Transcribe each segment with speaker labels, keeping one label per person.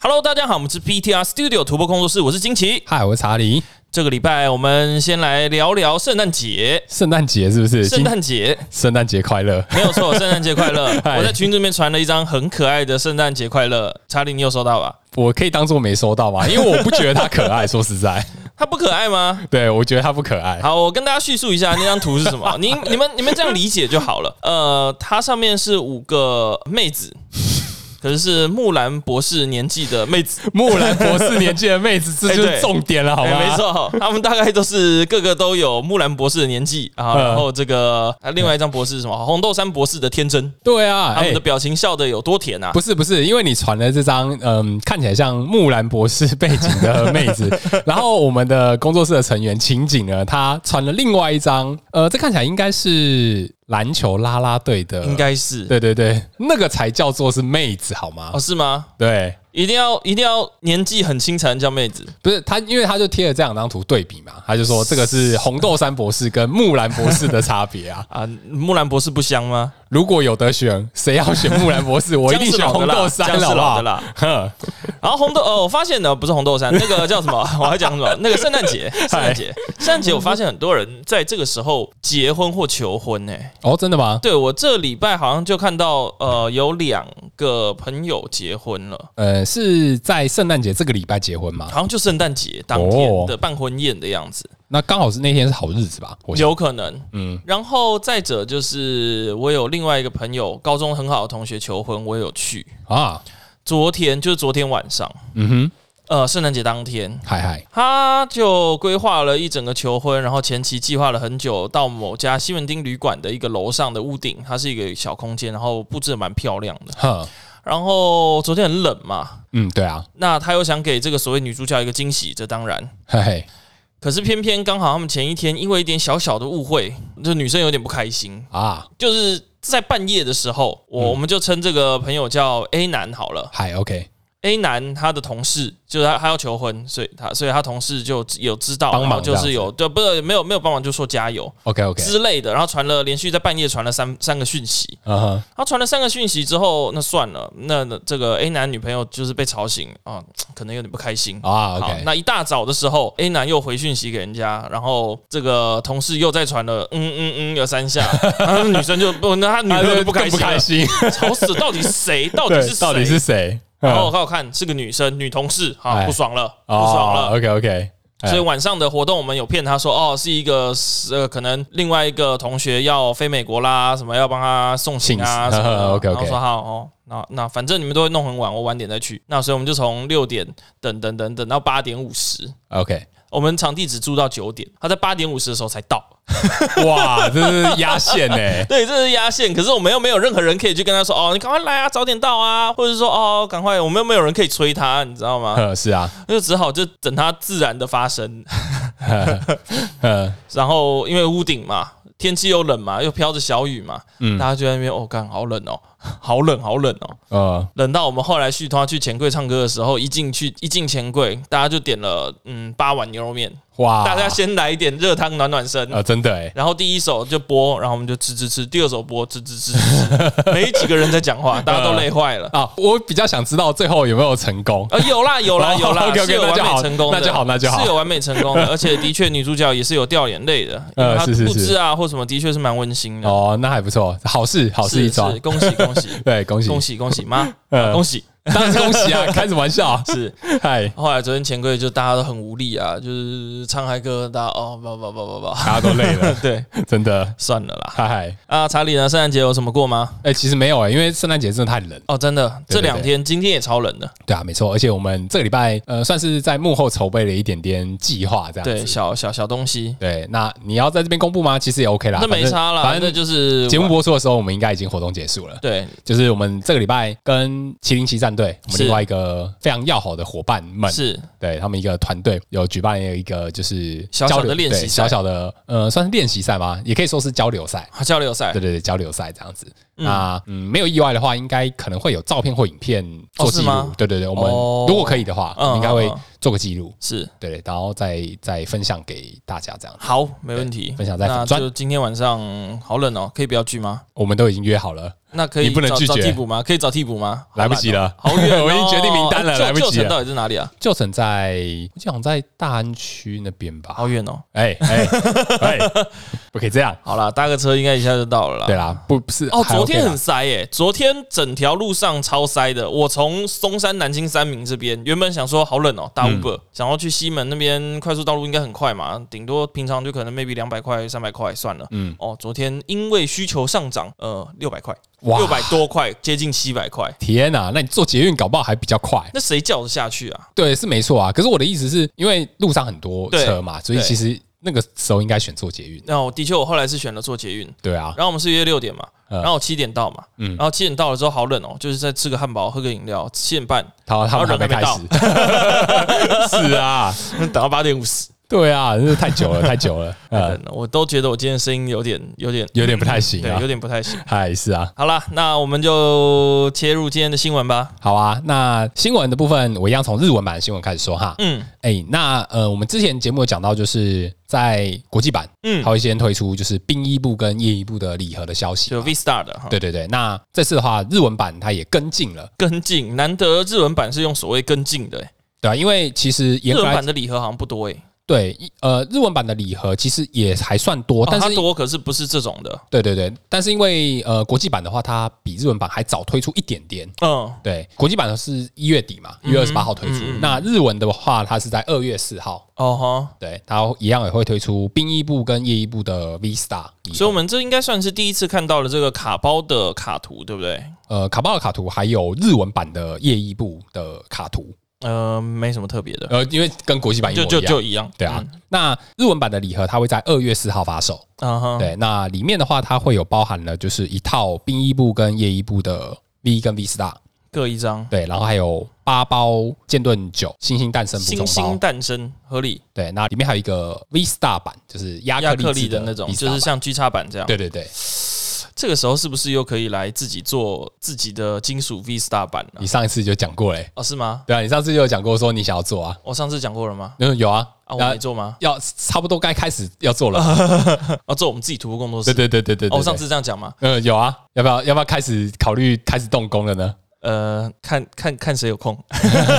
Speaker 1: Hello，大家好，我们是 PTR Studio 突破工作室，我是金奇。
Speaker 2: 嗨，我是查理。
Speaker 1: 这个礼拜我们先来聊聊圣诞节，
Speaker 2: 圣诞节是不是？
Speaker 1: 圣诞节
Speaker 2: 今圣诞节快乐！
Speaker 1: 没有错，圣诞节快乐！
Speaker 2: 嗨
Speaker 1: 我在群里面传了一张很可爱的圣诞节快乐，查理你有收到吧？
Speaker 2: 我可以当做没收到嘛，因为我不觉得它可 爱。说实在，
Speaker 1: 它不可爱吗？
Speaker 2: 对我觉得它不可爱。
Speaker 1: 好，我跟大家叙述一下那张图是什么。你、你们、你们这样理解就好了。呃，它上面是五个妹子，可是是木兰博士年纪的妹子，
Speaker 2: 木兰博士年纪的妹子，这就
Speaker 1: 哎对
Speaker 2: 是重点了，好吗？
Speaker 1: 哎没，错，他们大概都是个个都有木兰博士的年纪啊。
Speaker 2: 嗯
Speaker 1: 然后这个啊另外一张博士是什么？红豆杉博士的天真，
Speaker 2: 对啊，
Speaker 1: 他
Speaker 2: 哎
Speaker 1: 们的，表情笑的有多甜啊！
Speaker 2: 不是不是，因为你传了这张，嗯，看起来像木兰博士背景的妹 子，然后我们的工作室的成员情景呢，他传了另外一张，呃，这看起来应该是篮球啦啦队的，
Speaker 1: 应，该是
Speaker 2: 对对对，那个才叫做是妹子，好吗
Speaker 1: 哦，？是吗？
Speaker 2: 对，
Speaker 1: 一定要一定要年纪很轻才能叫妹子，。
Speaker 2: 不是他，因为他就贴了这两张图对比嘛，他就说这个是红豆杉博士跟木兰博士的差别啊
Speaker 1: 啊？木兰博士不香吗？
Speaker 2: 如果有得选，谁要选木兰博士，我一定选红豆
Speaker 1: 这
Speaker 2: 杉，
Speaker 1: 样是
Speaker 2: 好不
Speaker 1: 老
Speaker 2: 好
Speaker 1: 的？啦。
Speaker 2: 哼
Speaker 1: 然后红豆呃，我发现呢，不是红豆杉，那个叫什 么？我还讲什么？那个圣诞节，圣诞节，圣诞节，我发现很多人在这个时候结婚或求婚哎呢、
Speaker 2: 哦，真的吗？
Speaker 1: 对我这礼拜好像就看到呃，有两个朋友结婚了，
Speaker 2: 呃，是在圣诞节这个礼拜结婚吗？
Speaker 1: 好像就圣诞节当天
Speaker 2: 哦
Speaker 1: 的办婚宴的样子，
Speaker 2: 那刚好是那天是好日子吧？我想
Speaker 1: 有可能。
Speaker 2: 嗯，
Speaker 1: 然后再者就是，我有另外一个朋友，高中很好的同学求婚，我有去。
Speaker 2: 啊，
Speaker 1: 昨天就是昨天晚上，
Speaker 2: 嗯哼，
Speaker 1: 呃，圣诞节当天，
Speaker 2: 嗨嗨，
Speaker 1: 他就规划了一整个求婚，然后前期计划了很久，到某家西门町旅馆的一个楼上的屋顶，它是一个小空间，然后布置的蛮漂亮的。
Speaker 2: 哼，
Speaker 1: 然后昨天很冷嘛，
Speaker 2: 嗯，对啊，
Speaker 1: 那他又想给这个所谓女主角一个惊喜，这当然。
Speaker 2: 嘿嘿，
Speaker 1: 可是偏偏刚好他们前一天因为一点小小的误会，就女生有点不开心，
Speaker 2: 啊，
Speaker 1: 就是在半夜的时候，
Speaker 2: 嗯
Speaker 1: 我、我们就称这个朋友叫 A 男好了。
Speaker 2: 嗨，OK，
Speaker 1: A 男他的同事就是他，他要求婚，所以他所以他同事就有知道，
Speaker 2: 帮忙
Speaker 1: 然后就
Speaker 2: 这
Speaker 1: 是
Speaker 2: 样子
Speaker 1: 有对不是没有没有帮忙就说加油
Speaker 2: OK OK，
Speaker 1: 之类的，然后传了连续在半夜传了三三个讯息，
Speaker 2: 嗯哼，
Speaker 1: 然后传了三个讯息之后，那算了，那那这个 A 男女朋友就是被吵醒啊，可能有点不开心。
Speaker 2: 啊
Speaker 1: 好，
Speaker 2: ，OK，
Speaker 1: 那一大早的时候，A 男又回讯息给人家，然后这个同事又再传了嗯嗯嗯有三下，然后女生就不，那他女朋友就不开
Speaker 2: 更不
Speaker 1: 心了
Speaker 2: 开，心，
Speaker 1: 吵死了，到底谁？到底
Speaker 2: 对
Speaker 1: 是谁？
Speaker 2: 到底是谁？
Speaker 1: 然后
Speaker 2: 嗯
Speaker 1: 我看我看是个女生，女同事，啊，
Speaker 2: 哎
Speaker 1: 不爽了，不爽了。
Speaker 2: ，OK OK，
Speaker 1: 所以晚上的活动，我们有骗他说，哦，是一个呃，可能另外一个同学要飞美国啦，什么要帮他送行啊
Speaker 2: 庆
Speaker 1: 什么的。
Speaker 2: OK，OK
Speaker 1: 然后说好哦，那那反正你们都会弄很晚，我晚点再去。那所以我们就从六点等等等等到八点五十，
Speaker 2: OK，
Speaker 1: 我们场地只住到九点，他在八点五十的时候才到。
Speaker 2: 哇，这是压线呢、欸
Speaker 1: 对，这是压线，可是我们又没有任何人可以去跟他说，哦，你赶快来啊，早点到啊，或者说哦，赶快，我们又没有人可以催他，你知道 吗？
Speaker 2: 呃，是啊，
Speaker 1: 就只好就等它自然的发生。
Speaker 2: 呃，
Speaker 1: 然后因为屋顶嘛，天气又冷嘛，又飘着小雨嘛，大家就在那边哦，干好冷哦，好冷好冷哦，
Speaker 2: 呃，
Speaker 1: 冷到我们后来续通话去钱柜唱歌的时候，一进去一进钱柜，大家就点了嗯八碗牛肉面，
Speaker 2: 哇，
Speaker 1: 大家先来一点热汤暖暖身。
Speaker 2: 呃，真的哎、
Speaker 1: 然后第一首就播，然后我们就吃吃吃；第二首播吃吃吃吃吃，没几个人在讲话，大家都累坏 了。
Speaker 2: 啊，我比较想知道最后有没有成功。
Speaker 1: 呃，有啦，有啦，
Speaker 2: 哦
Speaker 1: 有啦，
Speaker 2: OK，OK，
Speaker 1: 是有
Speaker 2: 那
Speaker 1: 完
Speaker 2: 就
Speaker 1: 美
Speaker 2: 好
Speaker 1: 成功的，
Speaker 2: 那就好那就好
Speaker 1: 是有完美成功 的，而且的确女主角也是有掉眼泪的，因
Speaker 2: 呃
Speaker 1: 为她
Speaker 2: 是是
Speaker 1: 布
Speaker 2: 是
Speaker 1: 置啊或什么，的确是蛮温馨的。
Speaker 2: 哦，那还不错，好事好事
Speaker 1: 是
Speaker 2: 一桩
Speaker 1: 嗯是，， 恭喜恭喜
Speaker 2: 对，恭喜
Speaker 1: 恭，喜恭喜妈，
Speaker 2: 呃
Speaker 1: 恭喜！
Speaker 2: 当然是恭喜啊，开什么玩笑？
Speaker 1: 是
Speaker 2: 嗨，
Speaker 1: 后来昨天钱柜就大家都很无力啊，就是唱嗨歌，大家哦不不不不 不，
Speaker 2: 大家都累了，
Speaker 1: 对，
Speaker 2: 真的，
Speaker 1: 算了啦。
Speaker 2: 嗨嗨，
Speaker 1: 啊，查理呢？圣诞节有什么过吗？
Speaker 2: 哎、其实没有哎、因为圣诞节真的太冷，
Speaker 1: 哦，真的，
Speaker 2: 对
Speaker 1: 这
Speaker 2: 对
Speaker 1: 两
Speaker 2: 对
Speaker 1: 天今天也超冷的，
Speaker 2: 对啊，没错，而且我们这个礼拜呃，算是在幕后筹备了一点点计划这样
Speaker 1: 对，
Speaker 2: 子。
Speaker 1: 小小小东西，
Speaker 2: 对，那你要在这边公布吗？其实也 OK 啦，
Speaker 1: 那没
Speaker 2: 啊反正
Speaker 1: 差啦，
Speaker 2: 反
Speaker 1: 那
Speaker 2: 正
Speaker 1: 就是
Speaker 2: 节目播出的时候，我们应该已经活动结束了。
Speaker 1: 对
Speaker 2: 就是我们这个礼拜跟麒麟骑战队，我们
Speaker 1: 是
Speaker 2: 另外一个非常要好的伙伴们，
Speaker 1: 是
Speaker 2: 对他们一个团队有举办了一个就是
Speaker 1: 小小的
Speaker 2: 交流
Speaker 1: 练习
Speaker 2: 对
Speaker 1: 赛
Speaker 2: 小小的呃，算是练习赛吗？也可以说是交流赛。
Speaker 1: 啊交流赛
Speaker 2: 对，对对，交流赛这样子。那嗯，没有意外的话，应该可能会有照片或影片做记
Speaker 1: 是
Speaker 2: 录。
Speaker 1: 吗
Speaker 2: 对对对，我们
Speaker 1: 哦
Speaker 2: 如果可以的话，
Speaker 1: 嗯
Speaker 2: 应该会做个记录，
Speaker 1: 是
Speaker 2: 对，然后再再分享给大家这样子。
Speaker 1: 好，没问题。
Speaker 2: 分享在
Speaker 1: 那
Speaker 2: 粉专
Speaker 1: 就今天晚上好冷哦，可以不要聚吗？
Speaker 2: 我们都已经约好了，
Speaker 1: 那可以
Speaker 2: 你不能
Speaker 1: 找
Speaker 2: 拒
Speaker 1: 找
Speaker 2: 绝
Speaker 1: 替补吗？可以找替补吗？好
Speaker 2: 来不及
Speaker 1: 懒哦，
Speaker 2: 了，
Speaker 1: 好远哦、
Speaker 2: 我已经决定名单 了，
Speaker 1: 旧
Speaker 2: 来不
Speaker 1: 旧
Speaker 2: 及
Speaker 1: 城
Speaker 2: 了。
Speaker 1: 到底是哪里啊？
Speaker 2: 旧城在，我记得好像在大安区那边吧。
Speaker 1: 好远哦。
Speaker 2: 哎哎 哎，不可以这样。
Speaker 1: 好啦，搭个车应该一下就到了啦。
Speaker 2: 对啦，不不是
Speaker 1: 哦，
Speaker 2: 还
Speaker 1: 昨天
Speaker 2: OK
Speaker 1: 很
Speaker 2: 啦
Speaker 1: 塞耶、昨天整条路上超塞的。我从松山南京三明这边，原本想说好冷哦、搭
Speaker 2: 嗯
Speaker 1: Uber，、想要去西门那边快速道路应该很快嘛，顶多平常就可能 maybe 两百块、三百块算了。嗯
Speaker 2: 嗯，
Speaker 1: 哦，昨天因为需求上涨，呃，六百块，
Speaker 2: 哇
Speaker 1: 六百多块，接近七百块，
Speaker 2: 天呐、那你坐捷运搞不好还比较快。
Speaker 1: 那谁叫得下去啊？
Speaker 2: 对，是没错啊。可是我的意思是因为路上很多
Speaker 1: 对
Speaker 2: 车嘛，所以
Speaker 1: 对
Speaker 2: 其实那个时候应该选坐捷运。
Speaker 1: 那我哦的确，我后来是选了坐捷运，
Speaker 2: 对啊，
Speaker 1: 然后我们是约六点嘛，
Speaker 2: 嗯
Speaker 1: 然后我七点到嘛，然后七点到了之后好冷哦，就是再吃个汉堡，喝个饮料，七点 半
Speaker 2: 他他
Speaker 1: 然后
Speaker 2: 们还
Speaker 1: 人
Speaker 2: 没
Speaker 1: 还
Speaker 2: 开始
Speaker 1: 没。
Speaker 2: 是啊，
Speaker 1: 等到八点五十，
Speaker 2: 对啊，真是太 久了，太久了，呃，
Speaker 1: 我都觉得我今天声音有点有点
Speaker 2: 有点不太行
Speaker 1: 对，
Speaker 2: 啊
Speaker 1: 有。点不太行。
Speaker 2: 嗨，是啊，
Speaker 1: 好啦，那我们就切入今天的新闻吧。
Speaker 2: 好啊。那新闻的部分，我一样从日文版的新闻开始说哈。
Speaker 1: 嗯
Speaker 2: 哎、那呃，我们之前节目有讲到，就是在国际版，
Speaker 1: 嗯，
Speaker 2: 还有一些推出就是兵衣部跟夜衣部的礼盒的消息
Speaker 1: 就
Speaker 2: 嘛。
Speaker 1: V Star 的哈，
Speaker 2: 对对对，那这次的话，日文版它也跟进了，
Speaker 1: 跟进，难得日文版是用所谓跟进的、欸，
Speaker 2: 对啊，因为其实
Speaker 1: 日
Speaker 2: 严格
Speaker 1: 文
Speaker 2: 来
Speaker 1: 版的礼盒好像不多哎、欸，
Speaker 2: 对，一呃，日文版的礼盒其实也还算多，
Speaker 1: 哦
Speaker 2: 但
Speaker 1: 它
Speaker 2: 是
Speaker 1: 多可是不是这种的，
Speaker 2: 对对对，但是因为呃国际版的话，它比日文版还早推出一点点。
Speaker 1: 嗯，
Speaker 2: 对，国际版是一月底嘛，一月二十八号推出。
Speaker 1: 嗯嗯
Speaker 2: 那日文的话，它是在二月四号，
Speaker 1: 哦
Speaker 2: 对，它一样也会推出兵衣部跟夜衣部的 V Star 礼
Speaker 1: 哈，
Speaker 2: 盒。
Speaker 1: 所以我们这应该算是第一次看到了这个卡包的卡图，对不对？
Speaker 2: 呃，卡巴尔卡图还有日文版的夜衣部的卡图，
Speaker 1: 呃，没什么特别的，
Speaker 2: 呃，因为跟国际版一模
Speaker 1: 就
Speaker 2: 一样。
Speaker 1: 就就嗯一样，
Speaker 2: 对啊，那日文版的礼盒它会在二月四号发售。
Speaker 1: 嗯，啊哈，
Speaker 2: 对，那里面的话，它会有包含了就是一套兵衣部跟夜衣部的 V 跟 V Star，
Speaker 1: 各一张，
Speaker 2: 对，然后还有八包剑盾酒星星诞生补
Speaker 1: 星
Speaker 2: 充
Speaker 1: 星
Speaker 2: 包，
Speaker 1: 诞生合理，
Speaker 2: 对，那里面还有一个 V Star 版，就是亚
Speaker 1: 亚
Speaker 2: 克
Speaker 1: 克
Speaker 2: 力
Speaker 1: 力
Speaker 2: 制
Speaker 1: 的那种，
Speaker 2: V
Speaker 1: 就
Speaker 2: Star
Speaker 1: 是
Speaker 2: 版
Speaker 1: 像 G 叉版这样。
Speaker 2: 对对对，
Speaker 1: 这个时候是不是又可以来自己做自己的金属 V Star 版了、
Speaker 2: 你上一次就讲过嘞、
Speaker 1: 哦，是吗？
Speaker 2: 对啊，你上次就有讲过说你想要做啊，
Speaker 1: 我上次讲过了吗？
Speaker 2: 嗯，有啊，
Speaker 1: 啊，
Speaker 2: 那
Speaker 1: 我没做吗？
Speaker 2: 要差不多该开始要做了，
Speaker 1: 啊，做我们自己徒步工作室。
Speaker 2: 对对对对对，
Speaker 1: 哦，
Speaker 2: 对
Speaker 1: 我上次这样讲吗？
Speaker 2: 嗯有啊，要不要要不要开始考虑开始动工了呢？
Speaker 1: 呃，看看看谁有空。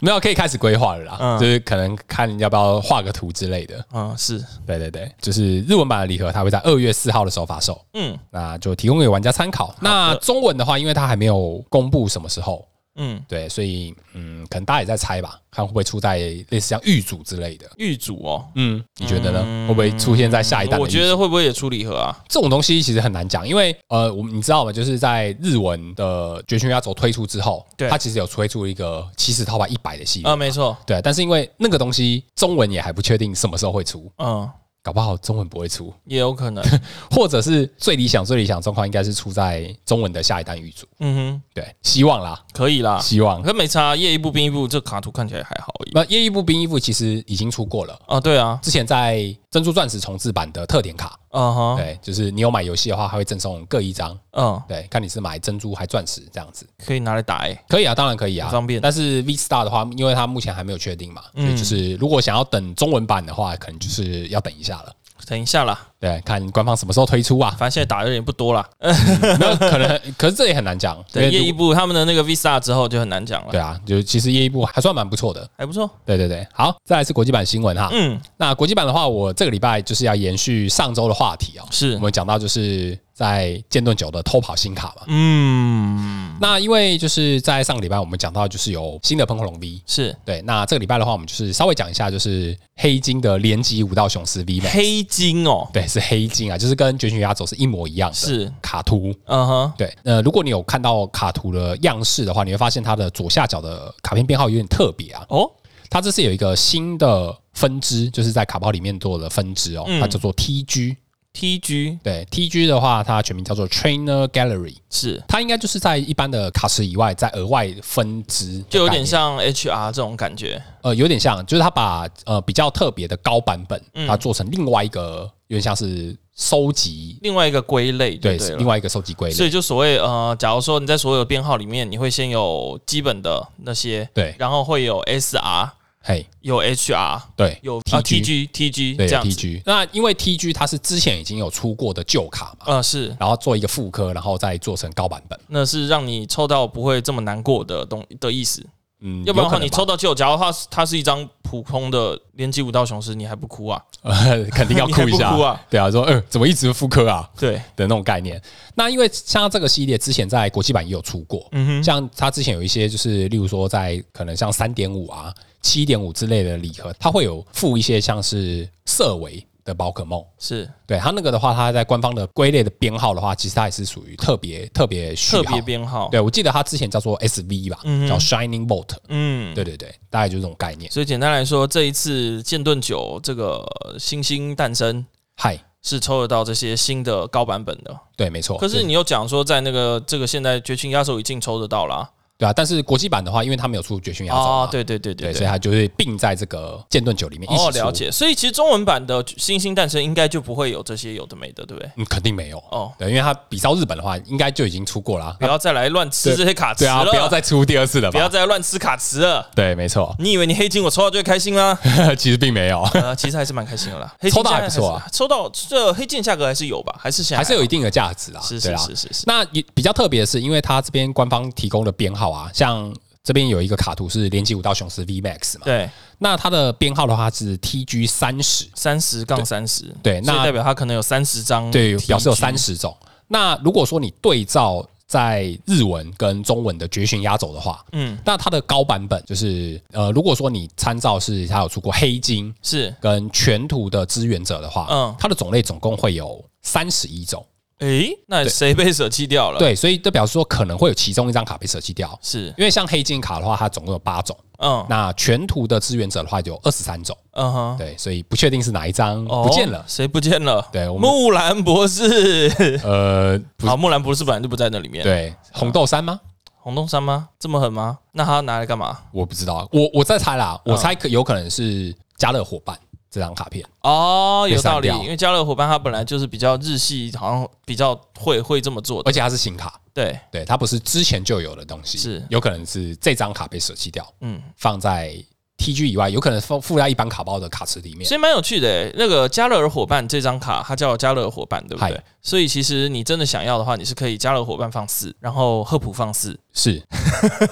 Speaker 2: 没有，可以开始规划了啦，
Speaker 1: 嗯
Speaker 2: 就是可能看要不要画个图之类的。
Speaker 1: 嗯，是，
Speaker 2: 对对对，就是日文版的礼盒，它会在二月四号的时候发售，
Speaker 1: 嗯
Speaker 2: 那就提供给玩家参考。那中文的话，因为它还没有公布什么时候，
Speaker 1: 嗯，
Speaker 2: 对，所以嗯，可能大家也在猜吧，看会不会出在类似像玉组之类的。
Speaker 1: 玉主哦，
Speaker 2: 嗯，你觉得呢？会不会出现在下一代的玉
Speaker 1: 我
Speaker 2: 组？
Speaker 1: 觉得会不会也出礼盒啊？
Speaker 2: 这种东西其实很难讲，因为呃，我们你知道吗？就是在日文的《绝情压轴》推出之后，
Speaker 1: 对
Speaker 2: 它其实有推出一个七十套牌一百的系列。
Speaker 1: 啊，没错，
Speaker 2: 对，但是因为那个东西中文也还不确定什么时候会出，
Speaker 1: 嗯，
Speaker 2: 搞不好中文不会出，
Speaker 1: 也有可 能。
Speaker 2: 或者是最理想最理想的状况应该是出在中文的下一单预祝，
Speaker 1: 嗯
Speaker 2: 对，希望啦
Speaker 1: 哼，，可以啦。
Speaker 2: 希望。
Speaker 1: 可没差，夜一步兵一步，这卡图看起来还好而已。
Speaker 2: 那夜一步兵衣服其实已经出过了，
Speaker 1: 啊，对啊，
Speaker 2: 之前在珍珠钻石重置版的特点卡，
Speaker 1: 嗯哼，
Speaker 2: 对，就是你有买游戏的话，它会赠送各一张，
Speaker 1: 嗯，
Speaker 2: 对，看你是买珍珠还钻石这样子，
Speaker 1: 可以拿来打欸
Speaker 2: 可以啊，当然可以啊，
Speaker 1: 很方便
Speaker 2: 但是 V Star 的话，因为它目前还没有确定嘛，所
Speaker 1: 嗯
Speaker 2: 以就是如果想要等中文版的话，可能就是要等一下了。
Speaker 1: 等一下啦，
Speaker 2: 对，看官方什么时候推 出啊？
Speaker 1: 反正现在打的人也不多啦。
Speaker 2: 没有可能，可是这也很难讲。
Speaker 1: 对，
Speaker 2: 因为
Speaker 1: 夜
Speaker 2: 如
Speaker 1: 一步他们的那个 V Star 之后就很难讲了，
Speaker 2: 对啊，就其实夜一部还算蛮不错的。
Speaker 1: 还不错。
Speaker 2: 对对对，好，再来是国际版新闻哈。
Speaker 1: 嗯，
Speaker 2: 那国际版的话，我这个礼拜就是要延续上周的话题哦，
Speaker 1: 是
Speaker 2: 我，们讲到就是在剑盾九的偷跑新卡嘛。
Speaker 1: 嗯，
Speaker 2: 那因为就是在上个礼拜我们讲到就是有新的喷火龙 V，
Speaker 1: 是
Speaker 2: 对，那这个礼拜的话，我们就是稍微讲一下就是黑金的连击武道雄狮 V 嘛，
Speaker 1: 黑金哦，
Speaker 2: 对，是黑金啊，就是跟卷曲压轴是一模一样的，
Speaker 1: 是，
Speaker 2: 卡图。
Speaker 1: 嗯哼，
Speaker 2: 对，呃，如果你有看到卡图的样式的话，你会发现它的左下角的卡片编号有点特别啊，
Speaker 1: 哦，
Speaker 2: 它这次有一个新的分支，就是在卡包里面做的分支哦，
Speaker 1: 嗯
Speaker 2: 它叫做 TG。
Speaker 1: T G
Speaker 2: 对 TG 的话，它全名叫做 Trainer Gallery，
Speaker 1: 是，
Speaker 2: 它应该就是在一般的卡池以外，再额外分支的概念，
Speaker 1: 就有点像 H R 这种感觉，
Speaker 2: 呃，有点像，就是它把呃比较特别的高版本，
Speaker 1: 嗯
Speaker 2: 它做成另外一个有点像是收集，
Speaker 1: 另外一个归类就
Speaker 2: 对，
Speaker 1: 对了，
Speaker 2: 另外一个收集归
Speaker 1: 所
Speaker 2: 类，
Speaker 1: 以就所谓呃，假如说你在所有编号里面，你会先有基本的那些，
Speaker 2: 对，
Speaker 1: 然后会有 SR，
Speaker 2: 嘿，
Speaker 1: 有 HR，
Speaker 2: 对，
Speaker 1: 有
Speaker 2: TG
Speaker 1: 啊 TG TG
Speaker 2: 对
Speaker 1: 这样子，
Speaker 2: ，TG。那因为 TG 它是之前已经有出过的旧卡嘛，
Speaker 1: 呃，是，
Speaker 2: 然后做一个复刻，然后再做成高版本，
Speaker 1: 那是让你抽到不会这么难过的东的意思，
Speaker 2: 嗯，
Speaker 1: 要不然的
Speaker 2: 有可
Speaker 1: 话
Speaker 2: 能
Speaker 1: 你
Speaker 2: 吧
Speaker 1: 抽到九，假如它它是一张普通的连击五道雄狮，你还不哭啊？
Speaker 2: 呃， 肯定要哭一
Speaker 1: 你还
Speaker 2: 下，
Speaker 1: 不哭啊
Speaker 2: 对啊，说呃，怎么一直复刻啊
Speaker 1: 对，
Speaker 2: 的那种概念。那因为像这个系列之前在国际版也有出过，
Speaker 1: 嗯哼，
Speaker 2: 像它之前有一些就是，例如说在可能像三点五啊、七点五之类的礼盒，它会有附一些像是色违的宝可梦。
Speaker 1: 是
Speaker 2: 对它那个的话，它在官方的归类的编号的话，其实它也是属于特别特别序
Speaker 1: 特
Speaker 2: 号
Speaker 1: 别。编号，
Speaker 2: 对，我记得它之前叫做 SV 吧，
Speaker 1: 嗯哼
Speaker 2: 叫 Shining Bolt。
Speaker 1: 嗯，
Speaker 2: 对对对，大概就是这种概念。
Speaker 1: 所以简单来说，这一次剑盾九这个新星诞生
Speaker 2: 嗨，
Speaker 1: 是抽得到这些新的高版本的，
Speaker 2: 对，没错。
Speaker 1: 可是
Speaker 2: 对
Speaker 1: 你又讲说在那个这个现在绝情压手已经抽得到啦，
Speaker 2: 对啊，但是国际版的话，因为它没有出绝训压轴嘛
Speaker 1: 啊，，对对对
Speaker 2: 对，
Speaker 1: 对
Speaker 2: 所以。它就是并在这个剑盾九里面一起
Speaker 1: 哦，
Speaker 2: 出。
Speaker 1: 了解。所以其实中文版的《星星诞生》应该就不会有这些有的没的，对不对？
Speaker 2: 嗯，肯定没有。
Speaker 1: 哦，
Speaker 2: 对，因为它比照日本的话，应该就已经出过啦。
Speaker 1: 不要再来乱吃
Speaker 2: 对
Speaker 1: 这些卡池
Speaker 2: 对啊，
Speaker 1: 了，
Speaker 2: 不要再出第二次了
Speaker 1: 不要
Speaker 2: 吧？
Speaker 1: 再乱吃卡池了。
Speaker 2: 对，没错，
Speaker 1: 你以为你黑金我抽到就会开心啦？
Speaker 2: 其实并没有，
Speaker 1: 呃，其实还是蛮开心的啦。黑金
Speaker 2: 抽到还
Speaker 1: 现在
Speaker 2: 不错啊
Speaker 1: 是抽到这黑金价格还是有吧？还是现在
Speaker 2: 还是有一定的价值啦。
Speaker 1: 啊是
Speaker 2: 对
Speaker 1: 是
Speaker 2: 啊。
Speaker 1: 是是是，
Speaker 2: 那也比较特别的是，因为它这边官方提供的编号啊，像这边有一个卡图是连击五道雄狮 V Max 嘛，
Speaker 1: 对，嗯
Speaker 2: 那它的编号的话是 TG 三十，
Speaker 1: 三十杠三十，
Speaker 2: 对那
Speaker 1: 所以代表它可能有三十张，
Speaker 2: 对，表示有三。十种。那如果说你对照在日文跟中文的绝旬压轴的话，
Speaker 1: 嗯，
Speaker 2: 那它的高版本就是呃，如果说你参照是它有出过黑金
Speaker 1: 是，
Speaker 2: 跟全图的支援者的话，
Speaker 1: 嗯
Speaker 2: 嗯，它的种类总共会有三十一种。
Speaker 1: 诶，那谁被舍弃掉了？，
Speaker 2: 对，所以这表示说可能会有其中一张卡被舍弃掉，
Speaker 1: 是，
Speaker 2: 因为像黑金卡的话，它总共有八种，
Speaker 1: 嗯
Speaker 2: 那全图的支援者的话有二十三种，
Speaker 1: 嗯哼，
Speaker 2: 对，所以不确定是哪一张
Speaker 1: 哦
Speaker 2: 不见了。
Speaker 1: 谁不见了？
Speaker 2: 对我们
Speaker 1: 木兰博士。
Speaker 2: 呃，不
Speaker 1: 好，木兰博士本来就不在那里面。，
Speaker 2: 对，红豆杉吗？
Speaker 1: 红洞山吗？这么狠吗？那他拿来干嘛？
Speaker 2: 我不知道，我我在猜啦，
Speaker 1: 嗯
Speaker 2: 我猜可有可能是加热伙伴这张卡片，
Speaker 1: 哦，
Speaker 2: 被
Speaker 1: 有
Speaker 2: 删
Speaker 1: 道理，
Speaker 2: 掉
Speaker 1: 因为加勒伙伴他本来就是比较日系，好像比较会会这么做的。
Speaker 2: 而且它是新卡，
Speaker 1: 对，
Speaker 2: 对，它不是之前就有的东西，
Speaker 1: 是
Speaker 2: 有可能是这张卡被舍弃掉，
Speaker 1: 嗯，
Speaker 2: 放在 TG 以外，有可能附附在一般卡包的卡池里面
Speaker 1: 所。以蛮有趣的诶。那个加勒尔伙伴这张卡，它叫加勒尔伙伴，对不对
Speaker 2: 嗨？
Speaker 1: 所以其实你真的想要的话，你是可以加勒尔伙伴放四，然后赫普放四。
Speaker 2: 是，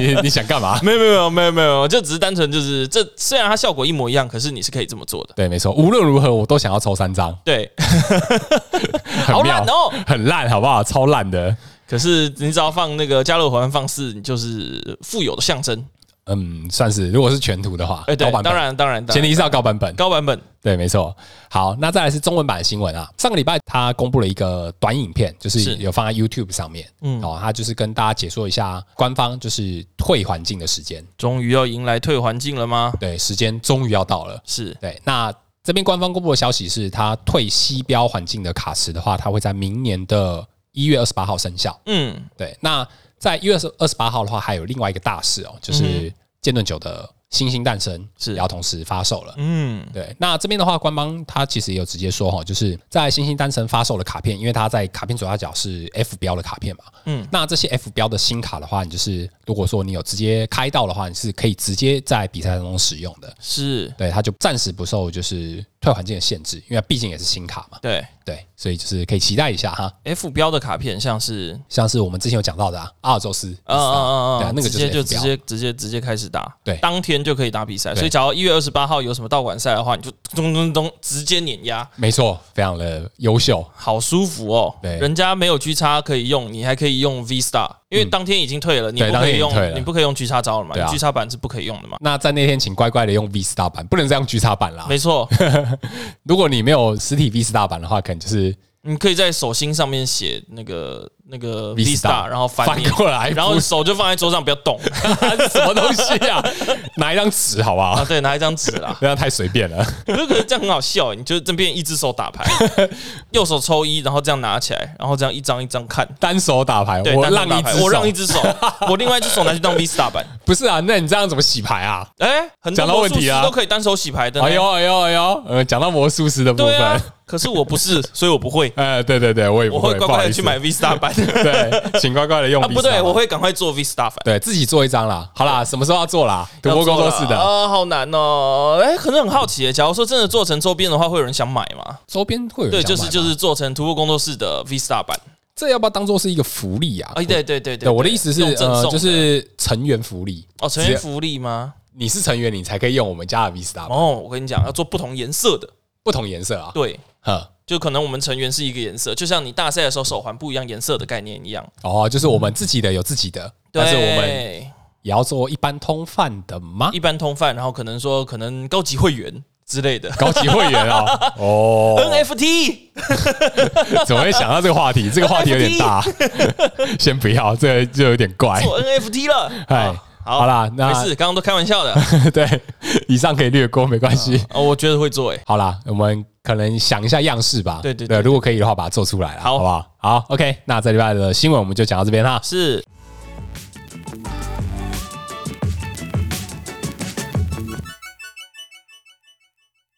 Speaker 2: 你你想干嘛？
Speaker 1: 没有没有没有没有，就只是单纯就是这，虽然它效果一模一样，可是你是可以这么做的。
Speaker 2: 对，没错，无论如何我都想要抽 三张，
Speaker 1: 对，好
Speaker 2: 很
Speaker 1: 烂
Speaker 2: 妙，
Speaker 1: 哦。
Speaker 2: 很烂，好不好？超烂的，
Speaker 1: 可是你只要放那个加勒环放四，你就是富有的象征。
Speaker 2: 嗯，算是，如果是全图的话
Speaker 1: 哎、，对
Speaker 2: 高，版
Speaker 1: 当
Speaker 2: 本，
Speaker 1: 然当然，当
Speaker 2: 前
Speaker 1: 然
Speaker 2: 提是要高版本，
Speaker 1: 高版本
Speaker 2: 对，没错。好，那再来是中文版的新闻啊。上个礼拜他公布了一个短影片，就是
Speaker 1: 是
Speaker 2: 有放在 YouTube 上面，
Speaker 1: 嗯
Speaker 2: 嗯，哦，他就是跟大家解说一下官方就是退环境的时间，
Speaker 1: 终于要迎来退环境了吗？
Speaker 2: 对，时间终于要到了。
Speaker 1: 是
Speaker 2: 对，那这边官方公布的消息是，他退西标环境的卡池的话，它会在明年的一月二十八号生效。
Speaker 1: 嗯，
Speaker 2: 对，那在一月二十八号的话，还有另外一个大事哦，就
Speaker 1: 嗯
Speaker 2: 是剑盾九的新星诞生
Speaker 1: 是
Speaker 2: 也要同时发售了。
Speaker 1: 嗯，
Speaker 2: 对，那这边的话，官方他其实也有直接说哈，哦就是在星星单程发售的卡片，因为它在卡片左下角是 F 标的卡片嘛，
Speaker 1: 嗯
Speaker 2: 嗯，那这些 F 标的新卡的话，你就是如果说你有直接开到的话，你是可以直接在比赛当中使用的，
Speaker 1: 是，
Speaker 2: 对，它就暂时不受就是退环境的限制，因为毕竟也是新卡嘛，
Speaker 1: 对。
Speaker 2: 对，所以就是可以期待一下哈，
Speaker 1: F 标的卡片像是，
Speaker 2: 像是我们之前有讲到的、啊、阿尔宙斯，
Speaker 1: 嗯嗯嗯
Speaker 2: 对啊
Speaker 1: 嗯，
Speaker 2: 那个
Speaker 1: 直
Speaker 2: 就
Speaker 1: 接就直
Speaker 2: 是 F 标，
Speaker 1: 接直接直接开始打，
Speaker 2: 对
Speaker 1: 当天就可以打比赛。
Speaker 2: 对
Speaker 1: 所以，假如一月二十八号有什么道馆赛的话，你就咚咚咚直接碾压，
Speaker 2: 没错，非常的优秀，
Speaker 1: 好舒服哦。
Speaker 2: 对
Speaker 1: 人家没有 G 叉可以用，你还可以用 V Star，因为当天已经退了，你
Speaker 2: 嗯对
Speaker 1: 不可以
Speaker 2: 当天已经退
Speaker 1: 用，
Speaker 2: 了
Speaker 1: 你不可以用 G 叉招了嘛
Speaker 2: 对啊
Speaker 1: ，G 叉版是不可以用的嘛。
Speaker 2: 那在那天请乖乖的用 V Star 版，不能再用 G 叉版啦，
Speaker 1: 没错，
Speaker 2: 如果你没有实体 V Star 版的话，可能就是
Speaker 1: 你可以在手心上面写那个那个
Speaker 2: V
Speaker 1: Vista，
Speaker 2: Star
Speaker 1: 然后翻
Speaker 2: 翻
Speaker 1: 面，
Speaker 2: 过来，
Speaker 1: 然后
Speaker 2: 不是
Speaker 1: 手就放在桌上不要 动
Speaker 2: 什么东西啊？拿一张纸好不好
Speaker 1: 啊，？对，拿一张纸啦。
Speaker 2: 不要太随便了。
Speaker 1: 可是可是这样很好笑欸，你就这边一只手打 牌，右手抽一，然后这样拿起来，然后这样一张一张看。
Speaker 2: 单手打牌，
Speaker 1: 对，
Speaker 2: 我
Speaker 1: 单手
Speaker 2: 让
Speaker 1: 打
Speaker 2: 一
Speaker 1: 牌
Speaker 2: 只手，
Speaker 1: 我让一只手， 我另外一只手拿去当 Vista 版。
Speaker 2: 不是啊？那你这样怎么洗牌啊？
Speaker 1: 哎、很多
Speaker 2: 讲到
Speaker 1: 魔
Speaker 2: 问
Speaker 1: 术
Speaker 2: 题
Speaker 1: 师
Speaker 2: 啊
Speaker 1: 都可以单手洗牌的呢。
Speaker 2: 哎呦哎呦哎呦，呃，讲到魔术师的部
Speaker 1: 对啊
Speaker 2: 分，，
Speaker 1: 可是我不是，所以我不会，
Speaker 2: 呃，对对对，我也
Speaker 1: 我
Speaker 2: 不
Speaker 1: 会乖
Speaker 2: 不好
Speaker 1: 乖
Speaker 2: 意
Speaker 1: 的
Speaker 2: 思
Speaker 1: 去买 Vista 版
Speaker 2: 对，请乖乖的用
Speaker 1: 啊，
Speaker 2: 笔
Speaker 1: 不对，
Speaker 2: 扫
Speaker 1: 我会赶快做 Vista 版。
Speaker 2: 对自己做一张啦。好啦，什么时候要做啦？赌博工作室
Speaker 1: 啊、
Speaker 2: 的
Speaker 1: 呃好难哦。哎、可能很好奇耶，假如说真的做成周边的话，会有人想买吗？
Speaker 2: 周边会有
Speaker 1: 对，
Speaker 2: 人想买
Speaker 1: 就是就
Speaker 2: 吗
Speaker 1: 是做成徒步工作室的 V Star 版。
Speaker 2: 这要不要当做是一个福利啊？
Speaker 1: 哎、对对对
Speaker 2: 对，我的意思是
Speaker 1: 用赠
Speaker 2: 呃，
Speaker 1: 送的
Speaker 2: 就是成员福利
Speaker 1: 哦，成员福利吗？
Speaker 2: 你是成员，你才可以用我们家的 Vista，
Speaker 1: 哦，我跟你讲，要做不同颜色的，
Speaker 2: 不同颜色啊。
Speaker 1: 对。
Speaker 2: 呵，
Speaker 1: 就可能我们成员是一个颜色，就像你大赛的时候手环不一样颜色的概念一样。
Speaker 2: 哦，就是我们自己的有自己的，
Speaker 1: 对，
Speaker 2: 但是我们也要做一般通贩的吗？
Speaker 1: 一般通贩，然后可能说可能高级会员之类的
Speaker 2: 高级会员 啊、哦，
Speaker 1: NFT，
Speaker 2: 怎么会想到这个话 题？这个话题有点大， 先不要，这个就有点怪。
Speaker 1: 做 NFT 了。
Speaker 2: 哎
Speaker 1: 啊，
Speaker 2: 好啦那
Speaker 1: 没事，刚刚都开玩 笑的。
Speaker 2: 对，以上可以略过，没关系。
Speaker 1: 哦，我觉得会做哎、
Speaker 2: 好啦，我们可能想一下样式吧。
Speaker 1: 对对对
Speaker 2: 对，如果可以的话，把它做出来啦，
Speaker 1: 好
Speaker 2: 好不好？好，OK，那这礼拜的新闻我们就讲到这边啦。
Speaker 1: 是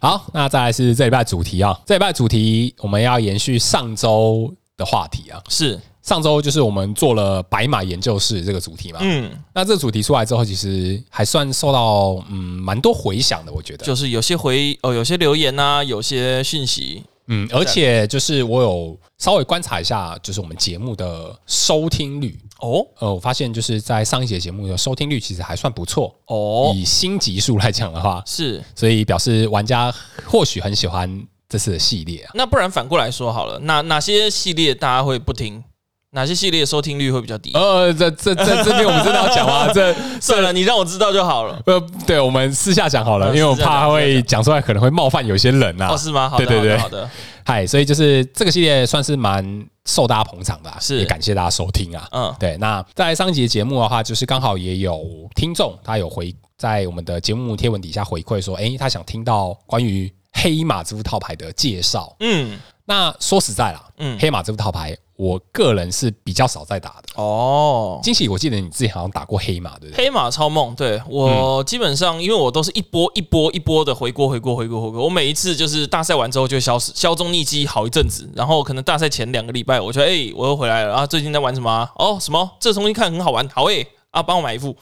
Speaker 2: 好，那再来是这礼拜的主题啊、这礼拜的主题我们要延续上周的话题啊。
Speaker 1: 是，
Speaker 2: 上周就是我们做了白马研究室这个主题嘛，
Speaker 1: 嗯，
Speaker 2: 那这个主题出来之后，其实还算受到嗯蛮多回响的，我觉得。
Speaker 1: 就是有些回哦，有些留言啊，有些讯息，
Speaker 2: 嗯，而且就是我有稍微观察一下，就是我们节目的收听率。
Speaker 1: 哦
Speaker 2: 呃，我发现就是在上一节节目的收听率其实还算不错，
Speaker 1: 哦，
Speaker 2: 以新集数来讲的话，
Speaker 1: 是。
Speaker 2: 所以表示玩家或许很喜欢这次的系列啊。
Speaker 1: 那不然反过来说好了，哪哪些系列大家会不听？哪些系列收听率会比较低？
Speaker 2: 呃，这这这这边我们真的要讲吗？这
Speaker 1: 算了，你让我知道就好了。
Speaker 2: 呃，对，我们私下讲好了，
Speaker 1: 呃
Speaker 2: 因为我
Speaker 1: 私下讲
Speaker 2: 怕会讲出来可能会冒犯有些人啊
Speaker 1: 哦，。是吗？好的，
Speaker 2: 对对对
Speaker 1: 好的，好的
Speaker 2: 嗨，所以就是这个系列算是蛮受大家捧场的、啊，
Speaker 1: 是
Speaker 2: 也感谢大家收听啊。
Speaker 1: 嗯，
Speaker 2: 对，那在上一集的节目的话，就是刚好也有听众他有回在我们的节目贴文底下回馈说，诶，他想听到关于黑马这副套牌的介绍。
Speaker 1: 嗯，
Speaker 2: 那说实在啦，
Speaker 1: 嗯
Speaker 2: 嗯，黑马这副套牌，我个人是比较少在打的。
Speaker 1: 哦，
Speaker 2: 惊喜，我记得你自己好像打过黑马，对不对？
Speaker 1: 黑马超梦，对
Speaker 2: 嗯
Speaker 1: 我基本上，因为我都是一波一波一波的回锅，回锅，回锅，回锅。我每一次就是大赛完之后就会消失，消踪匿迹好一阵子，然后可能大赛前两个礼拜，我觉得哎、我又回来了啊，最近在玩什么啊、哦，什么这东西看很好玩，好诶、啊，帮我买一副，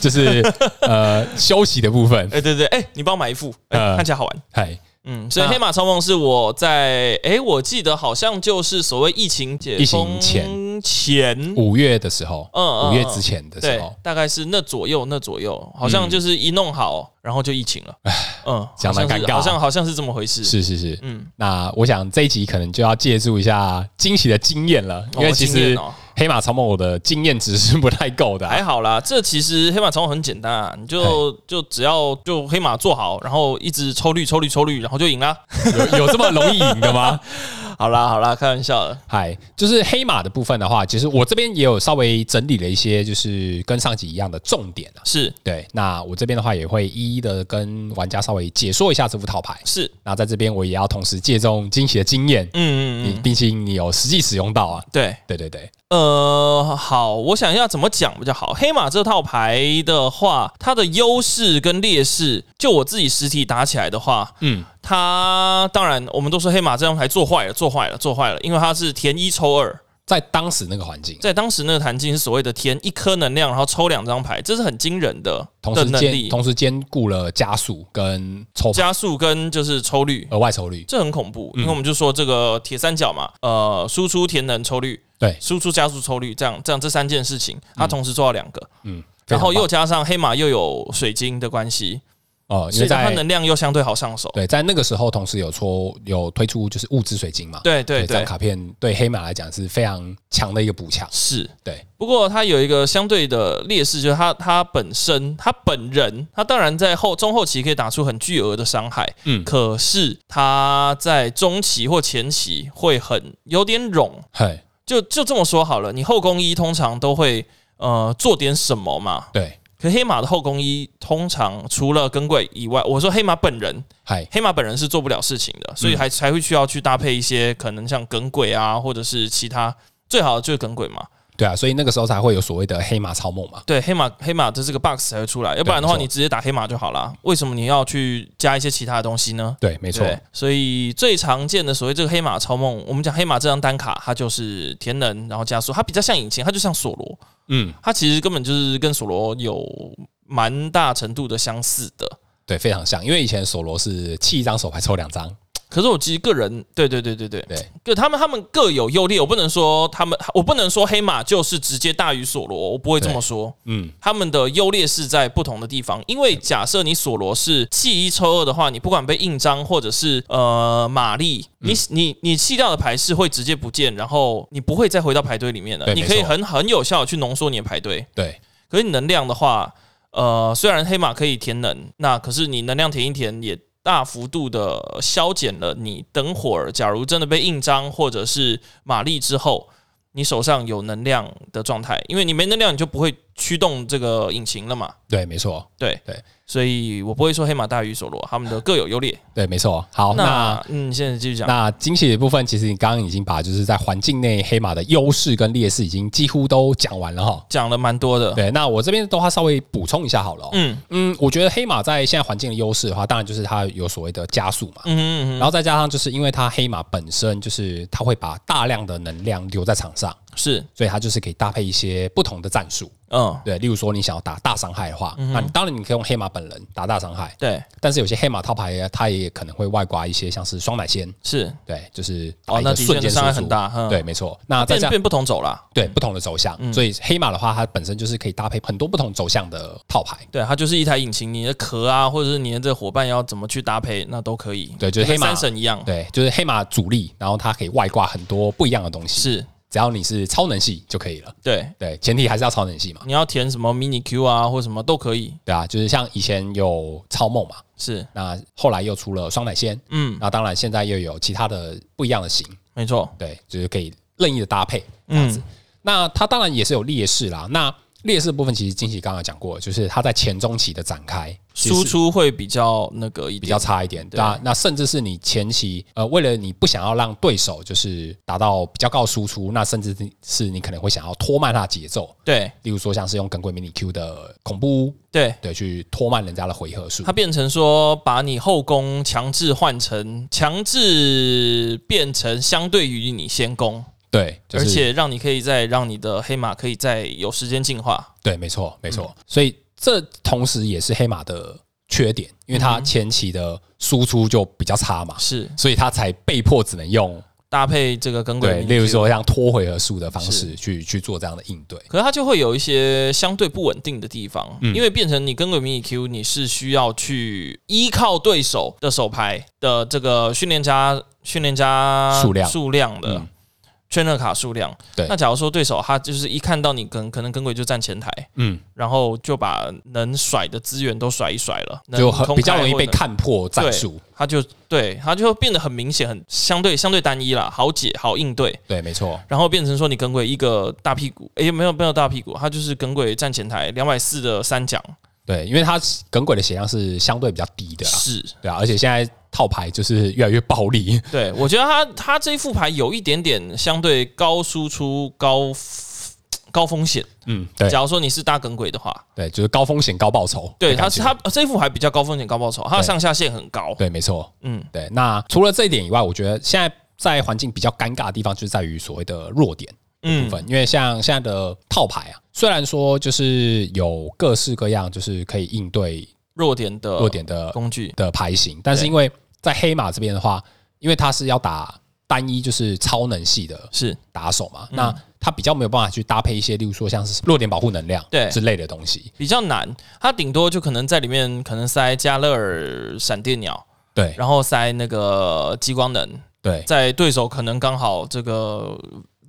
Speaker 2: 就是呃， 休息的部分
Speaker 1: 哎、，对对，哎、你帮我买一副，哎、
Speaker 2: 嗯
Speaker 1: 看起来好玩，
Speaker 2: 哎，
Speaker 1: 嗯，所以
Speaker 2: 那
Speaker 1: 黑马超梦是我在哎、我记得好像就是所谓疫情解
Speaker 2: 疫
Speaker 1: 封
Speaker 2: 情前
Speaker 1: 前
Speaker 2: 五月的时候，
Speaker 1: 嗯嗯
Speaker 2: 五月
Speaker 1: 嗯
Speaker 2: 之前的时
Speaker 1: 对
Speaker 2: 候，，嗯
Speaker 1: 大概是那左右那左右，好像就是一弄好，然后就疫情了。嗯，
Speaker 2: 讲得
Speaker 1: 好像
Speaker 2: 尴
Speaker 1: 是
Speaker 2: 尬
Speaker 1: 好像好像是这么回事。
Speaker 2: 是是是。
Speaker 1: 嗯，
Speaker 2: 那我想这一集可能就要借助一下惊喜的经验了，因为其
Speaker 1: 经
Speaker 2: 实
Speaker 1: 验哦哎
Speaker 2: 黑马超梦我的经验值是不太够的啊、
Speaker 1: 还好啦，这其实黑马操控很简单啊，你就就只要就黑马做好，然后一直抽绿抽绿抽绿，然后就赢啦。
Speaker 2: 有有这么容易赢的吗？
Speaker 1: 好啦好啦，开玩笑的。
Speaker 2: 嗨，就是黑马的部分的话，其实我这边也有稍微整理了一些，就是跟上集一样的重点啊。
Speaker 1: 是
Speaker 2: 对，那我这边的话也会一一的跟玩家稍微解说一下这副套牌。
Speaker 1: 是，
Speaker 2: 那在这边我也要同时借重惊喜的经验，
Speaker 1: 嗯嗯
Speaker 2: 你
Speaker 1: 嗯，
Speaker 2: 毕竟你有实际使用到啊。
Speaker 1: 对。
Speaker 2: 对对对，
Speaker 1: 呃，好，我想一下怎么讲比较好。黑马这套牌的话，它的优势跟劣势，就我自己实体打起来的话，
Speaker 2: 嗯，
Speaker 1: 它当然我们都说黑马这张牌做坏了，做坏了，做坏了，因为它是填一抽二，
Speaker 2: 在当时那个环境，
Speaker 1: 在当时那个弹镜是所谓的填一颗能量，然后抽两张牌，这是很惊人的
Speaker 2: 同
Speaker 1: 的
Speaker 2: 时
Speaker 1: 能
Speaker 2: 兼
Speaker 1: 力，
Speaker 2: 同时兼顾了加速跟抽牌
Speaker 1: 加速跟就是抽率。
Speaker 2: 额外抽率。
Speaker 1: 这很恐怖，因为我们就说这个铁三角嘛，呃，输出填能抽率，
Speaker 2: 对
Speaker 1: 输出加速抽率，这样这样这三件事情，它同时做到两个，
Speaker 2: 嗯，
Speaker 1: 然后
Speaker 2: 非常
Speaker 1: 又加上黑马又有水晶的关系，
Speaker 2: 棒哦，因
Speaker 1: 所
Speaker 2: 为
Speaker 1: 以它
Speaker 2: 在
Speaker 1: 能量又相对好上手。
Speaker 2: 对在那个时候，同时有抽有推出就是物质水晶嘛，
Speaker 1: 对对
Speaker 2: 这张
Speaker 1: 对，
Speaker 2: 卡片对黑马来讲是非常强的一个补强。
Speaker 1: 是。
Speaker 2: 对，
Speaker 1: 不过它有一个相对的劣势，就是它它本身它本人，它当然在后中后期可以打出很巨额的伤害，
Speaker 2: 嗯
Speaker 1: 可是它在中期或前期会很有点冗，
Speaker 2: 嘿，
Speaker 1: 就就这么说好了，你后宫衣通常都会呃做点什么嘛？
Speaker 2: 对，
Speaker 1: 可黑马的后宫衣通常除了跟贵以外，我说黑马本人，
Speaker 2: 嗨，
Speaker 1: 黑马本人是做不了事情
Speaker 2: 嗯
Speaker 1: 的，所以还才会需要去搭配一些可能像耿鬼啊，或者是其他，最好就是耿鬼嘛。
Speaker 2: 对啊，所以那个时候才会有所谓的黑马超梦嘛。
Speaker 1: 对，黑马黑马的这个 box 才会出来，要不然的话
Speaker 2: 没错
Speaker 1: 你直接打黑马就好啦。为什么你要去加一些其他的东西呢？
Speaker 2: 对，没错，
Speaker 1: 对，所以最常见的所谓这个黑马超梦，我们讲黑马这张单卡，它就是田能，然后加速，它比较像引擎，它就像索罗，
Speaker 2: 嗯，
Speaker 1: 它其实根本就是跟索罗有蛮大程度的相似的。
Speaker 2: 对，非常像，因为以前索罗是弃一张手牌抽两张，
Speaker 1: 可是我其实个人，对对对对对，
Speaker 2: 对，
Speaker 1: 就他们他们各有优劣，我不能说他们，我不能说黑马就是直接大于索罗，我不会这么说。
Speaker 2: 嗯，
Speaker 1: 他们的优劣势在不同的地方，因为假设你索罗是弃一抽二的话，你不管被印章或者是呃马力，
Speaker 2: 嗯
Speaker 1: 你你你弃掉的牌是会直接不见，然后你不会再回到牌堆里面了，
Speaker 2: 对
Speaker 1: 你可以
Speaker 2: 没错
Speaker 1: 很很有效的去浓缩你的牌堆。
Speaker 2: 对，
Speaker 1: 可是你能量的话，呃，虽然黑马可以填能，那可是你能量填一填也大幅度的消减了你等会儿假如真的被印章或者是马力之后，你手上有能量的状态，因为你没能量你就不会驱动这个引擎了嘛。
Speaker 2: 对，没错，
Speaker 1: 对
Speaker 2: 对，
Speaker 1: 所以我不会说黑马大于索罗，他们的各有优劣。
Speaker 2: 对，没错。好，那
Speaker 1: 那嗯，现在继续讲。
Speaker 2: 那惊喜的部分，其实你刚刚已经把就是在环境内黑马的优势跟劣势已经几乎都讲完了哈。
Speaker 1: 讲了蛮多的，
Speaker 2: 对，那我这边的话稍微补充一下好了哦、
Speaker 1: 嗯
Speaker 2: 嗯，我觉得黑马在现在环境的优势的话，当然就是它有所谓的加速嘛，
Speaker 1: 嗯嗯嗯，
Speaker 2: 然后再加上就是因为它黑马本身就是它会把大量的能量留在场上，
Speaker 1: 是
Speaker 2: 所以它就是可以搭配一些不同的战术。
Speaker 1: 嗯
Speaker 2: 对，例如说你想要打大伤害的话，那你当然你可以用黑马本人打大伤害，
Speaker 1: 对
Speaker 2: 但是有些黑马套牌啊它也可能会外挂一些像是双奶仙，
Speaker 1: 是
Speaker 2: 对，就是打
Speaker 1: 哦，
Speaker 2: 一
Speaker 1: 那
Speaker 2: 个
Speaker 1: 的
Speaker 2: 瞬
Speaker 1: 确
Speaker 2: 间
Speaker 1: 伤害
Speaker 2: 输
Speaker 1: 很
Speaker 2: 出。
Speaker 1: 大，嗯
Speaker 2: 对，，没错。那再
Speaker 1: 变
Speaker 2: 加
Speaker 1: 变嗯不同走啦。
Speaker 2: 对不同的走向，所以黑马的话，它本身就是可以搭配很多不同走向的套牌。
Speaker 1: 对，它就是一台引擎，你的壳啊，或者是你的这个伙伴要怎么去搭配，那都可以。
Speaker 2: 对就是
Speaker 1: 跟
Speaker 2: 黑马
Speaker 1: 三神一样，
Speaker 2: 对，就是黑马主力，然后它可以外挂很多不一样的东西，
Speaker 1: 是，
Speaker 2: 只要你是超能系就可以了。
Speaker 1: 对，
Speaker 2: 对，前提还是要超能系嘛，
Speaker 1: 你要填什么 mini Q 啊，或什么都可以，
Speaker 2: 对啊，就是像以前有超梦嘛，
Speaker 1: 是，
Speaker 2: 那后来又出了双奶仙，
Speaker 1: 嗯，
Speaker 2: 那当然现在又有其他的不一样的型，
Speaker 1: 没错，
Speaker 2: 对，就是可以任意的搭配。
Speaker 1: 嗯，
Speaker 2: 那它当然也是有劣势啦。那劣势的部分其实金喜刚刚有讲过，就是它在前中期的展开其实
Speaker 1: 输
Speaker 2: 是
Speaker 1: 出会比较那个一点，
Speaker 2: 比较差一点。
Speaker 1: 对
Speaker 2: 那那甚至是你前期呃，为了你不想要让对手就是达到比较高的输出，那甚至是你可能会想要拖慢他的节奏，
Speaker 1: 对
Speaker 2: 例如说像是用耿鬼迷你 Q 的恐怖
Speaker 1: 对，
Speaker 2: 对去拖慢人家的回 合数
Speaker 1: 它。变成说把你后宫强制换成强制变成相对于你先攻，
Speaker 2: 对，就是、
Speaker 1: 而且让你可以再让你的黑马可以再有时间进化，
Speaker 2: 对，没错没错。
Speaker 1: 嗯
Speaker 2: 所以这同时也是黑马的缺点，因为
Speaker 1: 嗯
Speaker 2: 它前期的输出就比较差嘛，
Speaker 1: 是
Speaker 2: 所以它才被迫只能用
Speaker 1: 搭配这个跟鬼
Speaker 2: 对，
Speaker 1: 迷
Speaker 2: 例如
Speaker 1: Q
Speaker 2: 说像拖回合数的方式去去做这样的应对。
Speaker 1: 可是它就会有一些相对不稳定的地方，
Speaker 2: 嗯
Speaker 1: 因为变成你跟鬼迷你 Q，你是需要去依靠对手的手牌的这个训练家训练家
Speaker 2: 数量
Speaker 1: 数量的。
Speaker 2: 嗯
Speaker 1: 圈热卡数量，
Speaker 2: 对
Speaker 1: 那假如说对手他就是一看到你跟可能跟鬼就站前台，
Speaker 2: 嗯，
Speaker 1: 然后就把能甩的资源都甩一甩了，能
Speaker 2: 就很
Speaker 1: 空
Speaker 2: 比较
Speaker 1: 开
Speaker 2: 容易
Speaker 1: 或
Speaker 2: 被
Speaker 1: 者，
Speaker 2: 看破战术。
Speaker 1: 他就对他就变得很明显，很相对相对单一啦，好解好应对。
Speaker 2: 对，没错，
Speaker 1: 然后变成说你耿鬼一个大屁股，诶，没有没有大屁股，他就是耿鬼站前台两百四的三奖，
Speaker 2: 对，因为它耿鬼的血量是相对比较低的啦，
Speaker 1: 是，
Speaker 2: 对啊，而且现在套牌就是越来越暴力，
Speaker 1: 对我觉得他他这一副牌有一点点相对高输出高高风险，
Speaker 2: 嗯， 对
Speaker 1: 假如说你是大耿鬼的话，
Speaker 2: 对，就是高风险高报酬的
Speaker 1: 对，
Speaker 2: 感觉，
Speaker 1: 他是他这一副牌比较高风险高报酬，他的
Speaker 2: 对
Speaker 1: 上下限很高，
Speaker 2: 对，没错，
Speaker 1: 嗯，
Speaker 2: 对。那除了这一点以外，我觉得现在在环境比较尴尬的地方，就是在于所谓的弱点部
Speaker 1: 嗯，
Speaker 2: 分，因为像现在的套牌啊，虽然说就是有各式各样，就是可以应对
Speaker 1: 弱点的
Speaker 2: 弱点的
Speaker 1: 工具，
Speaker 2: 的牌型，但是因为在黑马这边的话，因为它是要打单一就是超能系的
Speaker 1: 是
Speaker 2: 打手嘛，那它比较没有办法去搭配一些，例如说像是弱点保护能量
Speaker 1: 对
Speaker 2: 之类的东西。
Speaker 1: 比较难，他顶多就可能在里面可能塞加勒尔闪电鸟，
Speaker 2: 对
Speaker 1: 然后塞那个激光能，
Speaker 2: 对
Speaker 1: 在对手可能刚好这个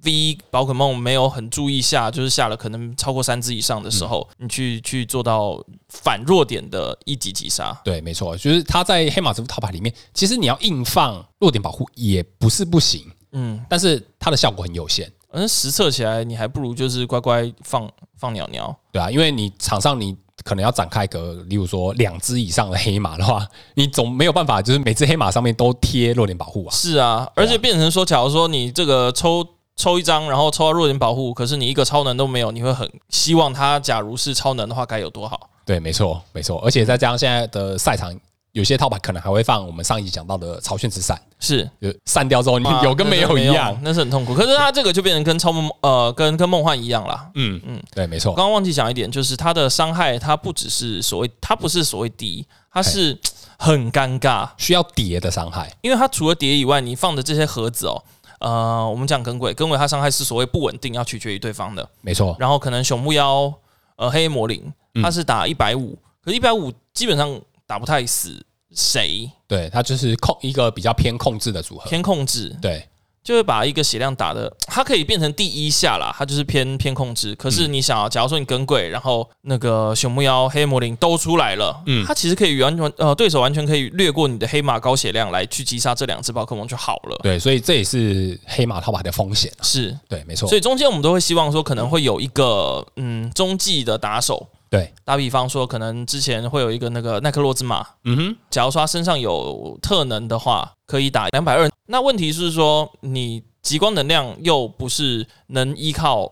Speaker 1: V 宝可梦没有很注意下，就是下了可能超过三只以上的时候，
Speaker 2: 嗯
Speaker 1: 你去去做到反弱点的一击击杀。
Speaker 2: 对，没错，就是它在黑马这副套牌里面，其实你要硬放弱点保护也不是不行，
Speaker 1: 嗯，
Speaker 2: 但是它的效果很有限。
Speaker 1: 反正嗯实测起来，你还不如就是乖乖放放鸟鸟。
Speaker 2: 对啊，因为你场上你可能要展开个，例如说两只以上的黑马的话，你总没有办法，就是每只黑马上面都贴弱点保护啊。
Speaker 1: 是啊，而且变成说，假如说你这个抽抽一张，然后抽到弱点保护，可是你一个超能都没有，你会很希望它假如是超能的话该有多好。
Speaker 2: 对，没错，没错。而且再加上现在的赛场，有些套牌可能还会放我们上一集讲到的朝炫之伞，
Speaker 1: 是，
Speaker 2: 就散掉之后你
Speaker 1: 哇
Speaker 2: 有跟没有一样。
Speaker 1: 那是很痛苦。可是它这个就变成跟超梦呃跟跟梦幻一样啦。
Speaker 2: 嗯嗯
Speaker 1: 嗯，
Speaker 2: 对，没错
Speaker 1: 我。刚刚忘记讲一点，就是它的伤害，它不只是所谓它不是所谓低，它是很尴尬，
Speaker 2: 需要叠的伤害，
Speaker 1: 因为它除了叠以外，你放的这些盒子哦。呃，我们讲耿鬼，耿鬼它伤害是所谓不稳定，要取决于对方的。
Speaker 2: 没错。
Speaker 1: 然后可能朽木妖、呃黑魔灵，它是打一百五，可一百五基本上打不太死谁，
Speaker 2: 对，它就是控一个比较偏控制的组合。
Speaker 1: 偏控制
Speaker 2: 对，
Speaker 1: 就会把一个血量打的，它可以变成第一下啦，它就是偏偏控制。可是
Speaker 2: 嗯
Speaker 1: 你想啊，假如说你耿鬼，然后那个朽木妖、黑魔灵都出来了，
Speaker 2: 嗯
Speaker 1: 它其实可以完全呃对手完全可以略过你的黑马高血量来去击杀这两只宝可梦就好了。
Speaker 2: 对，所以这也是黑马套牌的风险啊。
Speaker 1: 是，
Speaker 2: 对，没错。
Speaker 1: 所以中间我们都会希望说可能会有一个嗯中继的打手，
Speaker 2: 对，
Speaker 1: 打比方说，可能之前会有一个那个耐克洛兹玛，
Speaker 2: 嗯哼，
Speaker 1: 假如说他身上有特能的话，可以打两百二。那问题是说，你极光能量又不是能依靠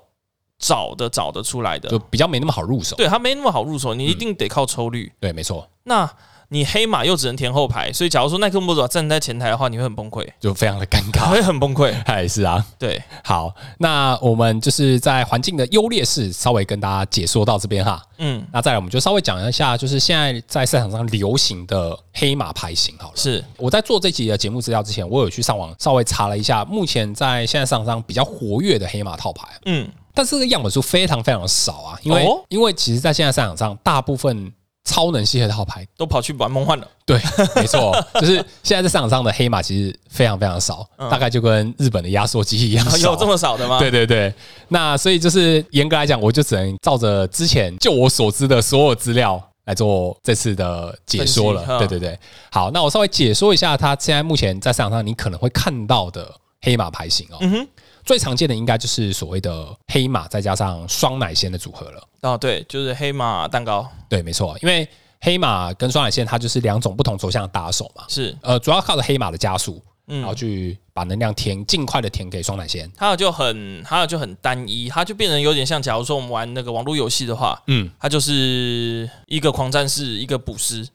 Speaker 1: 找的找得出来
Speaker 2: 就
Speaker 1: 的，
Speaker 2: 比较没那么好入手。
Speaker 1: 对，它没那么好入手，你一定得靠抽率。
Speaker 2: 对，没错，
Speaker 1: 那你黑马又只能填后排，所以假如说耐克莫佐站在前台的话，你会很崩溃，
Speaker 2: 就非常的尴 尬。
Speaker 1: 会很崩溃。
Speaker 2: 哎，是啊，
Speaker 1: 对，
Speaker 2: 好，那我们就是在环境的优劣势稍微跟大家解说到这边哈。
Speaker 1: 嗯，
Speaker 2: 那再来，我们就稍微讲一下，就是现在在市场上流行的黑马牌型好了。
Speaker 1: 是
Speaker 2: 我在做这集的节目资料之前，我有去上网稍微查了一下，目前在现在市场上比较活跃的黑马套牌，
Speaker 1: 嗯，
Speaker 2: 但是这个样本数非常非常的少啊，因为、
Speaker 1: 哦
Speaker 2: 因为其实，在现在市场上，大部分超能系的 套牌
Speaker 1: 都跑去玩梦幻了。
Speaker 2: 对，没错，就是现在在市场上的黑马其实非常非常少，大概就跟日本的压缩机一样少。
Speaker 1: 嗯 有这么少的吗？
Speaker 2: 对，对对，那所以就是严格来讲，我就只能照着之前就我所知的所有资料来做这次的解说
Speaker 1: 分析嗯
Speaker 2: 了。对对对，好，那我稍微解说一下它现在目前在市场上你可能会看到的黑马牌型哦。
Speaker 1: 嗯哼，
Speaker 2: 最常见的应该就是所谓的黑马再加上双奶仙的组合了。
Speaker 1: 哦，对，就是黑马蛋糕
Speaker 2: 对，没错，因为黑马跟双奶仙它就是两种不同轴向的打手嘛。
Speaker 1: 是，
Speaker 2: 呃，主要靠着黑马的加速，
Speaker 1: 嗯
Speaker 2: 然后去把能量填尽快的填给双奶仙。
Speaker 1: 它就很它就很单一，它就变成有点像，假如说我们玩那个网络游戏的话，
Speaker 2: 嗯，
Speaker 1: 它就是一个狂战士，一个捕食，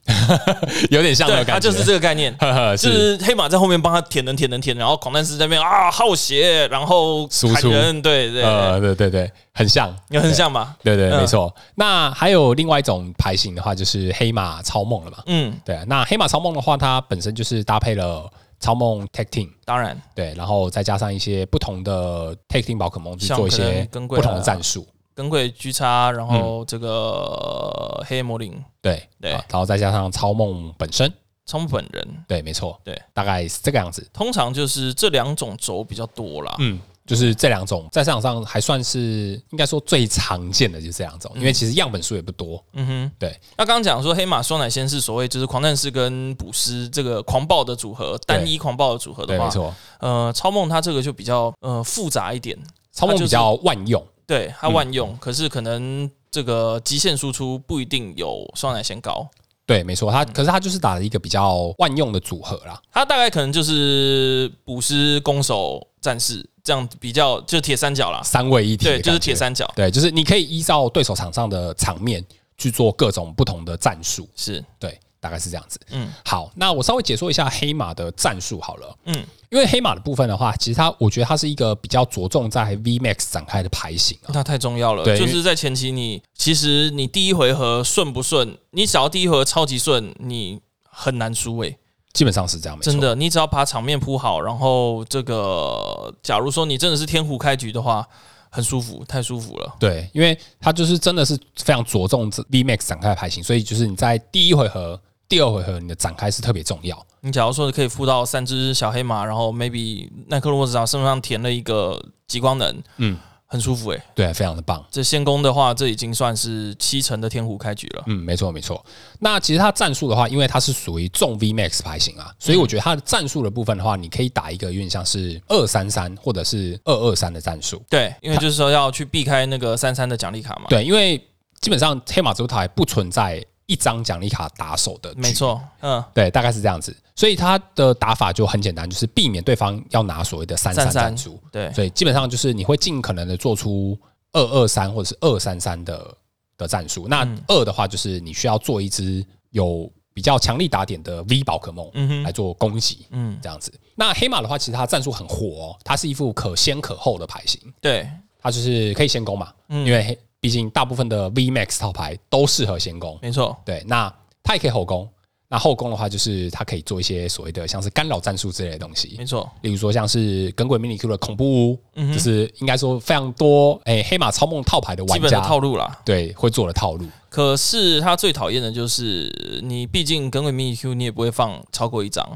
Speaker 2: 有点像那
Speaker 1: 对，它
Speaker 2: 种感觉，。
Speaker 1: 就是这个概念
Speaker 2: 呵 呵
Speaker 1: 就是是黑马在后面帮他舔人舔人舔，然后狂战士在那边啊耗血，然后
Speaker 2: 输
Speaker 1: 砍
Speaker 2: 出
Speaker 1: 人，对对，
Speaker 2: 呃，对对对，很像，
Speaker 1: 也很像吧？
Speaker 2: 对对，
Speaker 1: 嗯
Speaker 2: 没错。那还有另外一种牌型的话，就是黑马超梦了嘛？
Speaker 1: 嗯，
Speaker 2: 对啊，那黑马超梦的话，它本身就是搭配了超梦 tag team，
Speaker 1: 当然，
Speaker 2: 对，然后再加上一些不同的 tag team 宝可梦去
Speaker 1: 像
Speaker 2: 做一
Speaker 1: 可能
Speaker 2: 些
Speaker 1: 跟
Speaker 2: 不
Speaker 1: 贵啊
Speaker 2: 同的战术，
Speaker 1: 耿鬼居叉，然
Speaker 2: 嗯
Speaker 1: 后这个呃黑魔灵
Speaker 2: 对
Speaker 1: 对
Speaker 2: 啊然后再加上超梦本身，
Speaker 1: 冲本人，
Speaker 2: 对，没错，
Speaker 1: 对，
Speaker 2: 大概是这个样子。
Speaker 1: 通常就是这两种轴比较多啦。
Speaker 2: 嗯，就是这两种在市场上还算是应该说最常见的，就是这两种，因为其实样本数也不多。
Speaker 1: 嗯哼，
Speaker 2: 对。
Speaker 1: 那刚刚讲说黑马双奶仙是所谓就是狂战士跟捕食这个狂暴的组合，单一狂暴的组合
Speaker 2: 对，
Speaker 1: 的
Speaker 2: 没
Speaker 1: 话，
Speaker 2: 错，
Speaker 1: 呃，超梦它这个就比较呃复杂一点，
Speaker 2: 超梦比较万用，
Speaker 1: 对，它万
Speaker 2: 嗯
Speaker 1: 用，可是可能这个极限输出不一定有双奶仙高，
Speaker 2: 对，没错，它
Speaker 1: 嗯
Speaker 2: 可是它就是打了一个比较万用的组合啦。
Speaker 1: 它大概可能就是捕食、攻守、战士这样比较，就是铁三角啦，
Speaker 2: 三位一体，
Speaker 1: 啊对，就是铁，三角，
Speaker 2: 对，就是你可以依照对手场上的场面去做各种不同的战术，
Speaker 1: 是，
Speaker 2: 对，大概是这样子。
Speaker 1: 嗯
Speaker 2: 好，那我稍微解说一下黑马的战术好了。
Speaker 1: 嗯，
Speaker 2: 因为黑马的部分的话，其实它我觉得它是一个比较着重在 VMAX 展开的牌型啊。
Speaker 1: 那太重要了，
Speaker 2: 对
Speaker 1: 就
Speaker 2: 因
Speaker 1: 是在前期你其实你第一回合顺不顺，你只要第一回合超级顺，你很难输欸诶、
Speaker 2: 基本上是这样，没错
Speaker 1: 真。的，你只要把场面铺好，然后这个假如说你真的是天胡开局的话，很舒服，太舒服了。
Speaker 2: 对，因为它就是真的是非常着重这 VMAX 展开的牌型，所以就是你在第一回合、第二回合你的展开是特别重要。
Speaker 1: 你假如说可以附到三只小黑马，然后 maybe 奈克罗莫兹身上填了一个极光能，
Speaker 2: 嗯
Speaker 1: 嗯，很舒服诶、
Speaker 2: 对，非常的棒。
Speaker 1: 这限攻的话，这已经算是七成的天胡开局了。
Speaker 2: 嗯，没错没错。那其实它战术的话，因为它是属于重 VMAX 牌型啊，所以我觉得它的战术的部分的话，你可以打一个有点像是二三三或者是二二三的战术。
Speaker 1: 对，因为就是说要去避开那个三三的奖励卡嘛。
Speaker 2: 对，因为基本上黑马之塔不存在一张奖励卡打手的，
Speaker 1: 没。错，嗯，
Speaker 2: 对，大概是这样子，所以它的打法就很简单，就是避免对方要拿所谓的三三
Speaker 1: 33
Speaker 2: 战术，
Speaker 1: 对，
Speaker 2: 所以基本上就是你会尽可能的做出二二三或者是二三三的的战术。那
Speaker 1: 嗯
Speaker 2: 二的话，就是你需要做一只有比较强力打点的 V 宝可梦
Speaker 1: 嗯哼
Speaker 2: 来做攻击，
Speaker 1: 嗯，
Speaker 2: 这样子。那黑马的话，其实它战术很火哦，它是一副可先可后的牌型，
Speaker 1: 对，
Speaker 2: 它就是可以先攻嘛，
Speaker 1: 嗯
Speaker 2: 因为黑毕竟大部分的 V Max 套牌都适合先攻。
Speaker 1: 没错，
Speaker 2: 对，那它也可以后攻。那后攻的话，就是它可以做一些所谓的像是干扰战术之类的东西
Speaker 1: 没，错，
Speaker 2: 例如说像是耿鬼 mini Q 的恐怖屋，
Speaker 1: 嗯哼
Speaker 2: 就是应该说非常多诶、黑马超梦套牌的
Speaker 1: 基
Speaker 2: 玩
Speaker 1: 本的
Speaker 2: 家
Speaker 1: 套路啦。
Speaker 2: 对会做的套路，
Speaker 1: 可是他最讨厌的就是你，毕竟跟鬼迷 Q 你也不会放超过一张，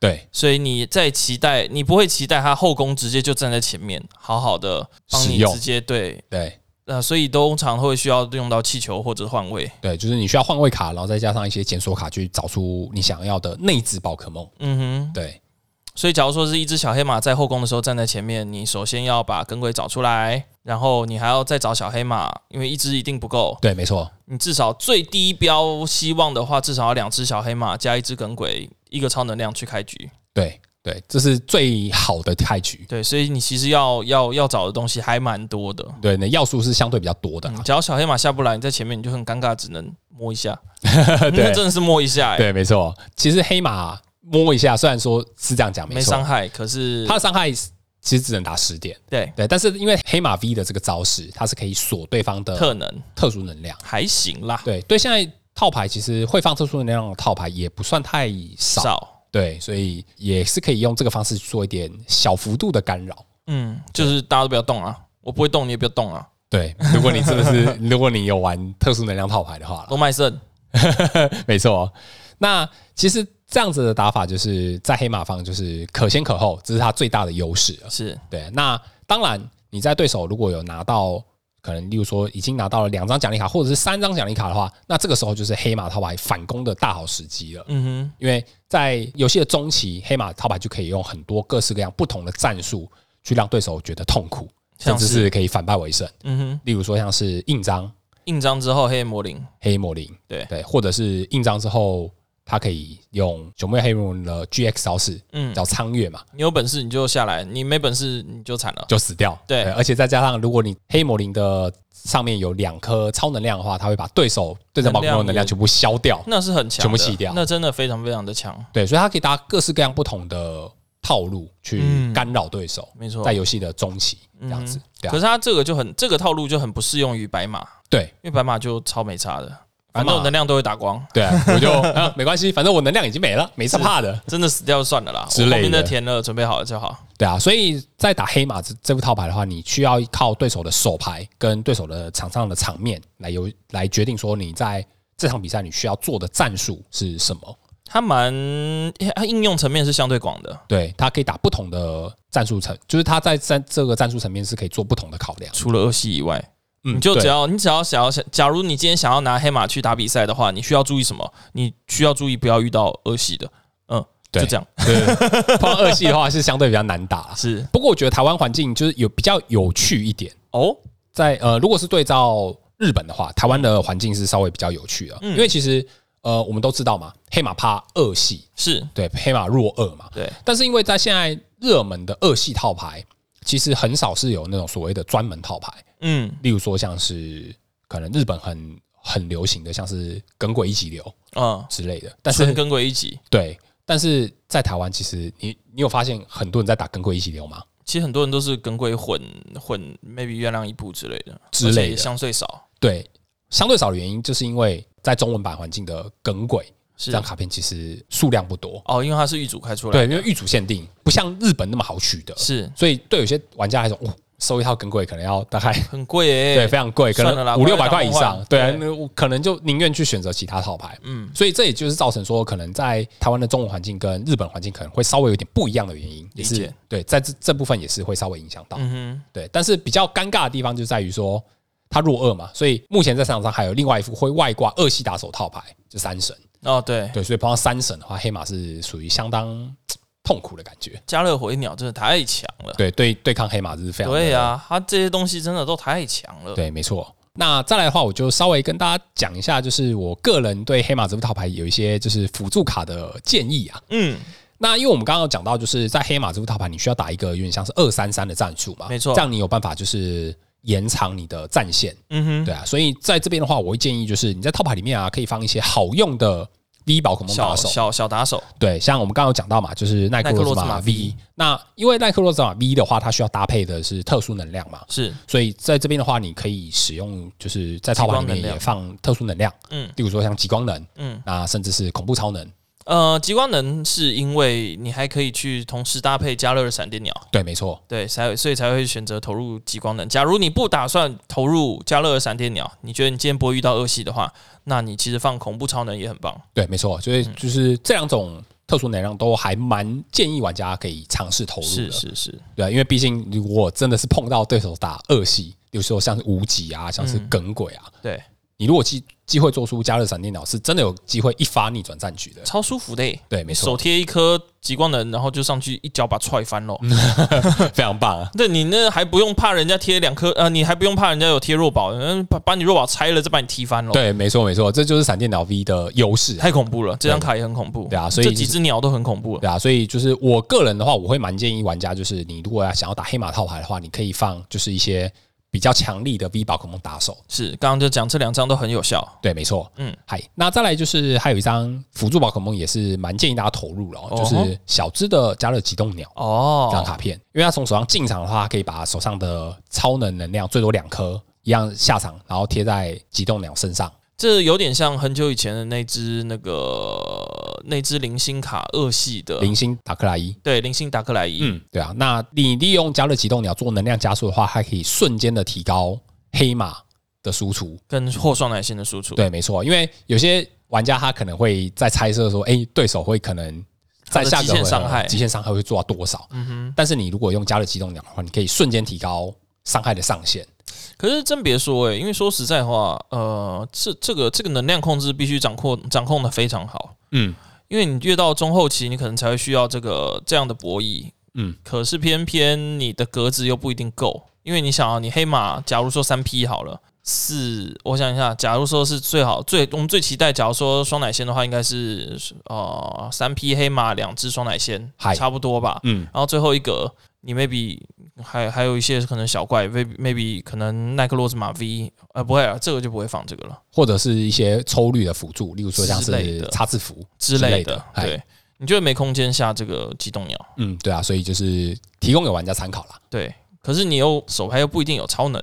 Speaker 2: 对，
Speaker 1: 所以你在期待，你不会期待他后宫直接就站在前面，好好的帮
Speaker 2: 使
Speaker 1: 你
Speaker 2: 用
Speaker 1: 直接对，
Speaker 2: 对
Speaker 1: 呃，所以通常会需要用到气球或者换位。
Speaker 2: 对，就是你需要换位卡，然后再加上一些检索卡去找出你想要的内置宝可梦，
Speaker 1: 嗯哼，
Speaker 2: 对
Speaker 1: 所以假如说是一只小黑马在后宫的时候站在前面，你首先要把耿鬼找出来，然后你还要再找小黑马，因为一只一定不够，
Speaker 2: 对，没错，
Speaker 1: 你至少最低标希望的话，至少要两只小黑马加一只耿鬼，一个超能量去开局。
Speaker 2: 对对，这是最好的开局，
Speaker 1: 对，所以你其实要要要找的东西还蛮多的。
Speaker 2: 对，那要素是相对比较多的啊、
Speaker 1: 嗯，只要小黑马下不来，你在前面你就很尴尬，只能摸一下。
Speaker 2: 对
Speaker 1: 那真的是摸一下、欸，
Speaker 2: 对，没错，其实黑马摸一下，虽然说是这样讲没
Speaker 1: 没
Speaker 2: 错
Speaker 1: 伤，害，可是
Speaker 2: 它的伤害其实只能打十点，
Speaker 1: 对
Speaker 2: 对，但是因为黑马 V 的这个招式，它是可以锁对方的
Speaker 1: 特能
Speaker 2: 特殊能量。
Speaker 1: 还行啦，
Speaker 2: 呃对对，现在套牌其实会放特殊能量的套牌也不算太少，
Speaker 1: 少，
Speaker 2: 对，所以也是可以用这个方式做一点小幅度的干扰。
Speaker 1: 嗯，就是大家都不要动啊，我不会动，你也不要动啊。
Speaker 2: 对， 如果你真的是，如果你有玩特殊能量套牌的话啦，
Speaker 1: 罗麦胜，
Speaker 2: 啊没错。哦那其实这样子的打法，就是在黑马方就是可先可后，这是它最大的优势了。
Speaker 1: 是
Speaker 2: 对，那当然你在对手如果有拿到可能，例如说已经拿到了两张奖励卡或者是三张奖励卡的话，那这个时候就是黑马套牌反攻的大好时机了。
Speaker 1: 嗯
Speaker 2: 因为在游戏的中期，黑马套牌就可以用很多各式各样不同的战术去让对手觉得痛苦，甚
Speaker 1: 像
Speaker 2: 至
Speaker 1: 是
Speaker 2: 是可以反败为胜。
Speaker 1: 哼，嗯哼，
Speaker 2: 例如说像是印章
Speaker 1: 印章之后黑魔灵，
Speaker 2: 黑魔灵，
Speaker 1: 对
Speaker 2: 对，或者是印章之后。他可以用九妹黑魔灵的 GX 招式
Speaker 1: 嗯，
Speaker 2: 叫苍月嘛，
Speaker 1: 你有本事你就下来，你没本事你就惨了。
Speaker 2: 就死掉。
Speaker 1: 对
Speaker 2: 而且再加上如果你黑魔灵的上面有两颗超能量的话，它会把对手对战宝可梦的能
Speaker 1: 能
Speaker 2: 量
Speaker 1: 量
Speaker 2: 全部消掉。
Speaker 1: 那是很强的，
Speaker 2: 全部洗掉
Speaker 1: 那真的非常非常的强，
Speaker 2: 对，所以它可以搭各式各样不同的套路去
Speaker 1: 嗯
Speaker 2: 干扰对手，
Speaker 1: 没错
Speaker 2: 在。游戏的中期这样子。对
Speaker 1: 哦可
Speaker 2: 啊，
Speaker 1: 是他这个就很这个套路就很不适用于白马，
Speaker 2: 对啊
Speaker 1: 因为白马就超没差的，
Speaker 2: 白马
Speaker 1: 反正我能量都会打光，
Speaker 2: 对啊，我就啊没关系，反正我能量已经没了，没什么怕的。
Speaker 1: 真的死掉就算了啦。
Speaker 2: 之
Speaker 1: 我
Speaker 2: 类
Speaker 1: 后面
Speaker 2: 的
Speaker 1: 的填了，准备好了就好。
Speaker 2: 对啊，所以在打黑马这这副套牌的话，你需要靠对手的手牌跟对手的场上的场面来由来决定说你在这场比赛你需要做的战术是什么。
Speaker 1: 它蛮它应用层面是相对广的，
Speaker 2: 对，它可以打不同的战术层，就是它在战这个战术层面是可以做不同的考 量。
Speaker 1: 除了恶系以外，
Speaker 2: 嗯
Speaker 1: 你就只
Speaker 2: 对
Speaker 1: 要你只要想要想，假如你今天想要拿黑马去打比赛的话，你需要注意什么？你需要注意不要遇到恶系的，嗯，
Speaker 2: 对
Speaker 1: 就这样
Speaker 2: 对，碰到二系的话是相对比较难打啦。
Speaker 1: 是
Speaker 2: 不过我觉得台湾环境就是有比较有趣一点，
Speaker 1: 哦，
Speaker 2: 在呃，如果是对照日本的话，台湾的环境是稍微比较有趣的，
Speaker 1: 嗯
Speaker 2: 因为其实呃，我们都知道嘛，黑马怕二系，
Speaker 1: 是
Speaker 2: 对，黑马弱二嘛，
Speaker 1: 对，
Speaker 2: 但是因为在现在热门的二系套牌，其实很少是有那种所谓的专门套牌，
Speaker 1: 嗯，
Speaker 2: 例如说像是可能日本很很流行的像是耿鬼一级流。
Speaker 1: 嗯，
Speaker 2: 之类的。但
Speaker 1: 纯
Speaker 2: 是
Speaker 1: 跟鬼一级，
Speaker 2: 对，但是在台湾，其实你你有发现很多人在打跟龟一起流吗？
Speaker 1: 其实很多人都是跟鬼混混，maybe 月亮一步之类的，
Speaker 2: 之
Speaker 1: 而且
Speaker 2: 类的
Speaker 1: 也相对少，
Speaker 2: 对，相对少的原因就是因为在中文版环境的耿鬼这
Speaker 1: 是啊
Speaker 2: 张卡片其实数量不多，
Speaker 1: 哦，因为它是预组开出来，
Speaker 2: 对，因为预主限定不像日本那么好取得，
Speaker 1: 是
Speaker 2: 所以对有些玩家来说，哦，收一套更贵，可能要大概
Speaker 1: 很贵欸耶、
Speaker 2: 对，非常贵，可
Speaker 1: 算了啦
Speaker 2: 能五六百块以
Speaker 1: 快乐大梦
Speaker 2: 上
Speaker 1: 幻。
Speaker 2: 对啊
Speaker 1: 对，
Speaker 2: 那我可能就宁愿去选择其他套牌。
Speaker 1: 嗯
Speaker 2: 嗯，所以这也就是造成说，可能在台湾的中文环境跟日本环境可能会稍微有点不一样的原因，也
Speaker 1: 理
Speaker 2: 是
Speaker 1: 解
Speaker 2: 对，在这这部分也是会稍微影响到。
Speaker 1: 嗯
Speaker 2: 对，但是比较尴尬的地方就在于说，它弱二嘛，所以目前在市场上还有另外一副会外挂二系打手套牌，就三神。
Speaker 1: 哼，哦对，
Speaker 2: 对，所以碰到三神的话，黑马是属于相当嘖痛苦的感觉。
Speaker 1: 加热火一鸟真的太强了。
Speaker 2: 对对，对抗黑马是非常的
Speaker 1: 对呀、啊，它这些东西真的都太强了。
Speaker 2: 对，没错。那再来的话，我就稍微跟大家讲一下，就是我个人对黑马这副套牌有一些就是辅助卡的建议啊。
Speaker 1: 嗯，
Speaker 2: 那因为我们刚刚有讲到，就是在黑马这副套牌，你需要打一个有点像是二三三的战术嘛，
Speaker 1: 没错
Speaker 2: 这样你有办法就是延长你的战线，
Speaker 1: 嗯哼，
Speaker 2: 对啊。所以在这边的话，我会建议就是你在套牌里面啊，可以放一些好用的第一宝可梦
Speaker 1: 小
Speaker 2: 打手，
Speaker 1: 小小打手，
Speaker 2: 对，像我们刚刚有讲到嘛，就是耐克
Speaker 1: 耐克
Speaker 2: 洛
Speaker 1: 洛
Speaker 2: 兹
Speaker 1: 兹
Speaker 2: 玛
Speaker 1: 玛
Speaker 2: V。那因为耐克洛兹玛 V 的话，它需要搭配的是特殊能量嘛，
Speaker 1: 是
Speaker 2: 所以在这边的话，你可以使用就是在套牌里
Speaker 1: 极光
Speaker 2: 面
Speaker 1: 能量
Speaker 2: 也放特殊能量，
Speaker 1: 嗯
Speaker 2: 例如说像极光能，
Speaker 1: 嗯
Speaker 2: 嗯，那甚至是恐怖超能，
Speaker 1: 呃，极光能是因为你还可以去同时搭配加热的闪电鸟，
Speaker 2: 对，没错，
Speaker 1: 对，才所以才会选择投入极光能。假如你不打算投入加热的闪电鸟，你觉得你今天不会遇到恶系的话，那你其实放恐怖超能也很棒。
Speaker 2: 对，没错，所以就是这两种特殊能量都还蛮建议玩家可以尝试投入
Speaker 1: 是
Speaker 2: 的，
Speaker 1: 是是，
Speaker 2: 对啊，因为毕竟如果真的是碰到对手打恶系，比如说像是无极啊，像是
Speaker 1: 嗯
Speaker 2: 耿鬼啊，
Speaker 1: 对，
Speaker 2: 你如果机机会做出加热闪电鸟，是真的有机会一发逆转战局的，
Speaker 1: 超舒服的耶、欸
Speaker 2: 对，没错
Speaker 1: 手，贴一颗极光能，然后就上去一脚把踹翻喽。
Speaker 2: 嗯非常棒啊！
Speaker 1: 那你那还不用怕人家贴两颗，呃，你还不用怕人家有贴弱宝，嗯，把把你弱宝拆了再把你踢翻喽。，
Speaker 2: 对，没错没错，这就是闪电鸟 V 的优势、啊，
Speaker 1: 太恐怖了，这张卡也很恐怖。
Speaker 2: 对啊所以
Speaker 1: 这
Speaker 2: 就是
Speaker 1: 几只鸟都很恐怖了。
Speaker 2: 对啊，所以就是我个人的话，我会蛮建议玩家，就是你如果要想要打黑马套牌的话，你可以放就是一些比较强力的 V 宝可梦打手。
Speaker 1: 是，刚刚就讲这两张都很有效。
Speaker 2: 对，没错，
Speaker 1: 嗯
Speaker 2: 嗯，嗨，那再来就是还有一张辅助宝可梦，也是蛮建议大家投入了、哦，就
Speaker 1: 哦吼
Speaker 2: 是小只的加热极冻鸟这张
Speaker 1: 哦，
Speaker 2: 卡片，因为它从手上进场的话，它可以把手上的超能能量最多两颗一样下场，然后贴在极冻鸟身上。
Speaker 1: 这有点像很久以前的那只那个那只零星卡恶系的，
Speaker 2: 零星达克莱伊，
Speaker 1: 对零星达克莱伊。
Speaker 2: 嗯，对啊，那你利用加热启动鸟做能量加速的话，它可以瞬间的提高黑马的输出。
Speaker 1: 跟霍双奶心的输出，
Speaker 2: 对，没错，因为有些玩家他可能会在猜测说，哎、对手会可能在下
Speaker 1: 他的极限
Speaker 2: 个回合
Speaker 1: 伤害
Speaker 2: 极限伤害会做到多少？
Speaker 1: 嗯哼。
Speaker 2: 但是你如果用加热启动鸟的话，你可以瞬间提高伤害的上限。
Speaker 1: 可是真别说欸诶、因为说实在话，呃，这这个这个能量控制必须掌控掌控的非常好，
Speaker 2: 嗯，
Speaker 1: 因为你越到中后期，你可能才会需要这个这样的博弈。
Speaker 2: 嗯，
Speaker 1: 可是偏偏你的格子又不一定够，因为你想啊，你黑马假如说三 P 好了，四，我想一下，假如说是最好最我们最期待，假如说双奶仙的话，应该是呃三 P 黑马两只双奶仙，
Speaker 2: 嗨
Speaker 1: 差不多吧。
Speaker 2: 嗯，
Speaker 1: 然后最后一格，你 maybe 还还有一些可能小怪，maybe maybe 可能耐克洛兹玛 V，呃，不会啊，这个就不会放这个了
Speaker 2: 或者是一些抽率的辅助，例如说像
Speaker 1: 之类的
Speaker 2: 是插字符。
Speaker 1: 之
Speaker 2: 之
Speaker 1: 类
Speaker 2: 类
Speaker 1: 的
Speaker 2: 的。嗨
Speaker 1: 对，你就会没空间下这个机动鸟。
Speaker 2: 嗯，对啊，所以就是提供给玩家参考啦。
Speaker 1: 对，可是你又手牌又不一定有超能。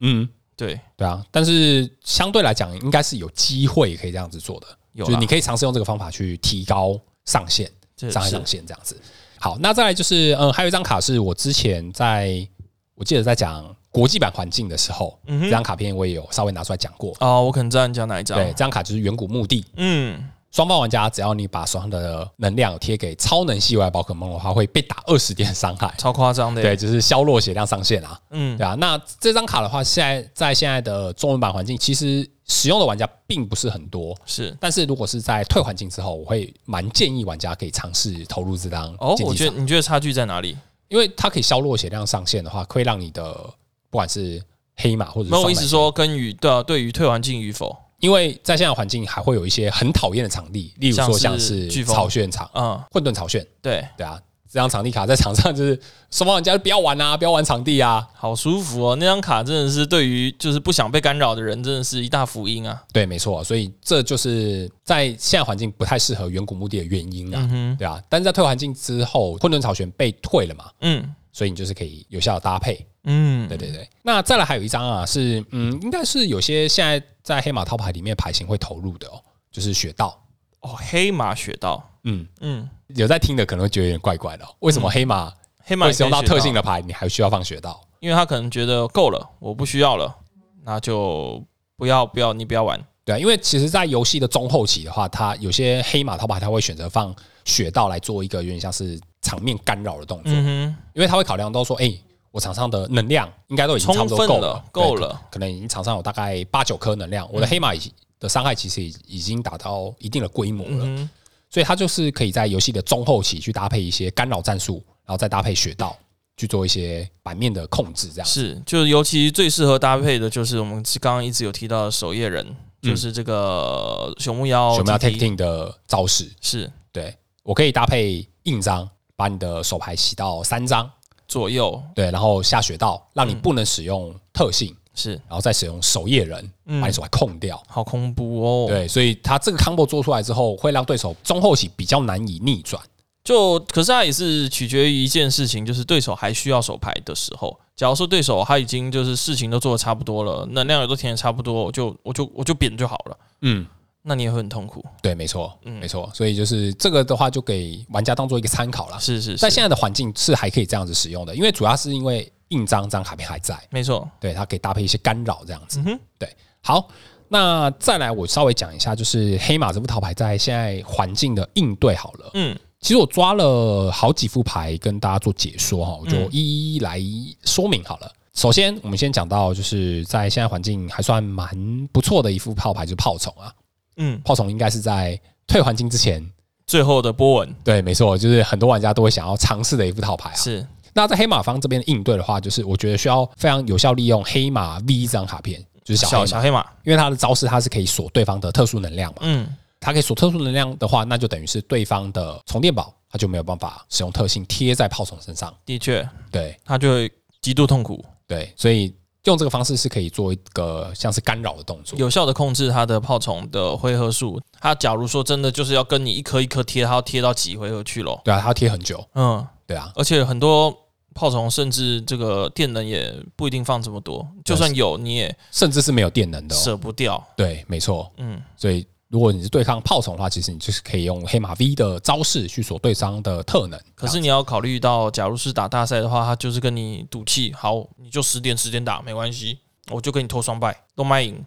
Speaker 2: 嗯，
Speaker 1: 对，
Speaker 2: 对啊，但是相对来讲，应该是有机会可以这样子做的。
Speaker 1: 有
Speaker 2: 就是
Speaker 1: 啦
Speaker 2: 你可以尝试用这个方法去提高上限、
Speaker 1: 这
Speaker 2: 上海
Speaker 1: 是
Speaker 2: 上限这样子。好，那再来就是，嗯，还有一张卡是我之前在我记得在讲国际版环境的时候，
Speaker 1: 嗯
Speaker 2: 这
Speaker 1: 哼，
Speaker 2: 张卡片我也有稍微拿出来讲过。
Speaker 1: 哦，我可能知道你讲哪一张。
Speaker 2: 对，这张卡就是远古墓地，
Speaker 1: 嗯，
Speaker 2: 双方玩家只要你把手上的能量贴给超能系外宝可梦的话，会被打二十点伤害。
Speaker 1: 超夸张的。
Speaker 2: 对，，就是削弱血量上限啊。
Speaker 1: 嗯，
Speaker 2: 对啊，那这张卡的话，现在在现在的中文版环境，其实使用的玩家并不是很多。
Speaker 1: 是。
Speaker 2: 但是如果是在退环境之后，我会蛮建议玩家可以尝试投入这张
Speaker 1: 哦，
Speaker 2: 竞
Speaker 1: 我
Speaker 2: 技
Speaker 1: 觉
Speaker 2: 场，
Speaker 1: 得你觉得差距在哪里？
Speaker 2: 因为它可以削弱血量上限的话，会让你的不管是黑马或者是
Speaker 1: 没有，我
Speaker 2: 双
Speaker 1: 意
Speaker 2: 马
Speaker 1: 思，说跟与对啊，对于退环境与否，
Speaker 2: 因为在现在的环境还会有一些很讨厌的场地，例如说
Speaker 1: 像
Speaker 2: 像
Speaker 1: 是
Speaker 2: 是
Speaker 1: 飓风
Speaker 2: 草炫场、
Speaker 1: 嗯，
Speaker 2: 混沌草炫，
Speaker 1: 对，
Speaker 2: 对啊，这张场地卡在场上就是双方玩家就不要玩啊，不要玩场地啊，
Speaker 1: 好舒服哦。那张卡真的是对于就是不想被干扰的人，真的是一大福音啊。
Speaker 2: 对，没错，所以这就是在现在环境不太适合远古墓地的原因啊，
Speaker 1: 嗯哼，
Speaker 2: 对啊，但是在退环境之后，混沌草旋被退了嘛，
Speaker 1: 嗯
Speaker 2: 所以你就是可以有效的搭配。
Speaker 1: 嗯，
Speaker 2: 对对对，那再来还有一张啊，是嗯，应该是有些现在在黑马套牌里面牌型会投入的哦，就是雪道。
Speaker 1: 哦，黑马雪道，
Speaker 2: 嗯，
Speaker 1: 嗯，
Speaker 2: 有在听的可能会觉得有点怪怪的、哦，为什么黑马
Speaker 1: 黑马
Speaker 2: 会
Speaker 1: 也
Speaker 2: 使用
Speaker 1: 可以
Speaker 2: 到
Speaker 1: 雪道
Speaker 2: 特性的牌，你还需要放雪道？
Speaker 1: 因为他可能觉得够了，我不需要了，那就不要不要，你不要玩。
Speaker 2: 对啊，因为其实，在游戏的中后期的话，它有些黑马套牌，它会选择放雪道来做一个有点像是场面干扰的动作，
Speaker 1: 嗯
Speaker 2: 因为它会考量到说，哎、我场上的能量应该都已经差不多
Speaker 1: 充
Speaker 2: 够
Speaker 1: 分
Speaker 2: 了
Speaker 1: 了，
Speaker 2: 对
Speaker 1: 够
Speaker 2: 可
Speaker 1: 了
Speaker 2: 可能已经场上有大概八九颗能量，我的黑马已经的伤害其实已已经达到一定的规模
Speaker 1: 哼，嗯
Speaker 2: 了，
Speaker 1: 哼，
Speaker 2: 所以它就是可以在游戏的中后期去搭配一些干扰战术，然后再搭配雪道去做一些版面的控制，这样。
Speaker 1: 是，就是尤其最适合搭配的就是我们刚刚一直有提到的守夜人，
Speaker 2: 嗯
Speaker 1: 就是这个朽木妖，
Speaker 2: 有没有
Speaker 1: TT
Speaker 2: take team 的招式？
Speaker 1: 是
Speaker 2: 对我可以搭配印章，把你的手牌洗到三张，
Speaker 1: 左右
Speaker 2: 对，然后下雪道，让
Speaker 1: 嗯
Speaker 2: 你不能使用特性，
Speaker 1: 是，
Speaker 2: 然后再使用守夜人，把你手牌控掉。
Speaker 1: 好恐怖哦。
Speaker 2: 嗯对，所以他这个 combo 做出来之后，会让对手中后期比较难以逆转。
Speaker 1: 就可是它也是取决于一件事情，就是对手还需要手牌的时候。假如说对手他已经就是事情都做的差不多了，能量也都填的差不多，我就我就我就扁就好了，
Speaker 2: 嗯，
Speaker 1: 那你也会很痛苦。
Speaker 2: 对，没错，
Speaker 1: 嗯
Speaker 2: 没错。所以就是这个的话，就给玩家当做一个参考啦。
Speaker 1: 是是
Speaker 2: 在
Speaker 1: 是，
Speaker 2: 啊现在的环境是还可以这样子使用的，因为主要是因为印章这张卡片还在，
Speaker 1: 没错。
Speaker 2: 对，它可以搭配一些干扰这样子。
Speaker 1: 嗯哼，
Speaker 2: 对，好，那再来我稍微讲一下，就是黑马这副套牌在现在环境的应对好了。
Speaker 1: 嗯，
Speaker 2: 其实我抓了好几副牌跟大家做解说哈，我
Speaker 1: 嗯
Speaker 2: 就一一来说明好了。首先，我们先讲到就是在现在环境还算蛮不错的一副炮牌，就是炮虫啊。
Speaker 1: 嗯，
Speaker 2: 炮虫应该是在退环境之前，
Speaker 1: 最后的波纹
Speaker 2: 对，没错，就是很多玩家都会想要尝试的一副套牌啊。
Speaker 1: 是
Speaker 2: 那在黑马方这边的应对的话，就是我觉得需要非常有效利用黑马 V 这张卡片，就是小黑
Speaker 1: 小
Speaker 2: 马，啊
Speaker 1: 小黑马，
Speaker 2: 因为它的招式它是可以锁对方的特殊能量嘛。
Speaker 1: 嗯，
Speaker 2: 它可以锁特殊能量的话，那就等于是对方的充电宝，它就没有办法使用特性贴在炮筒身上。
Speaker 1: 的确，
Speaker 2: 对
Speaker 1: 他就会极度痛苦，
Speaker 2: 对，所以用这个方式是可以做一个像是干扰的动作。
Speaker 1: 有效的控制他的炮虫的回合数。他假如说真的就是要跟你一颗一颗贴，他要贴到几回合去咯。
Speaker 2: 对啊，它要贴很久。
Speaker 1: 嗯，
Speaker 2: 对啊，
Speaker 1: 而且很多炮虫甚至这个电能也不一定放这么多，就算有你也
Speaker 2: 甚至是没有电能的、哦。
Speaker 1: 舍不掉。
Speaker 2: 对，没错。
Speaker 1: 嗯，
Speaker 2: 所以如果你是对抗炮筒的话，其实你就是可以用黑马 V 的招式去锁对方的特能。
Speaker 1: 可是你要考虑到，假如是打大赛的话，他就是跟你赌气，好，你就十点十点打没关系，我就跟你拖双败，都卖 赢，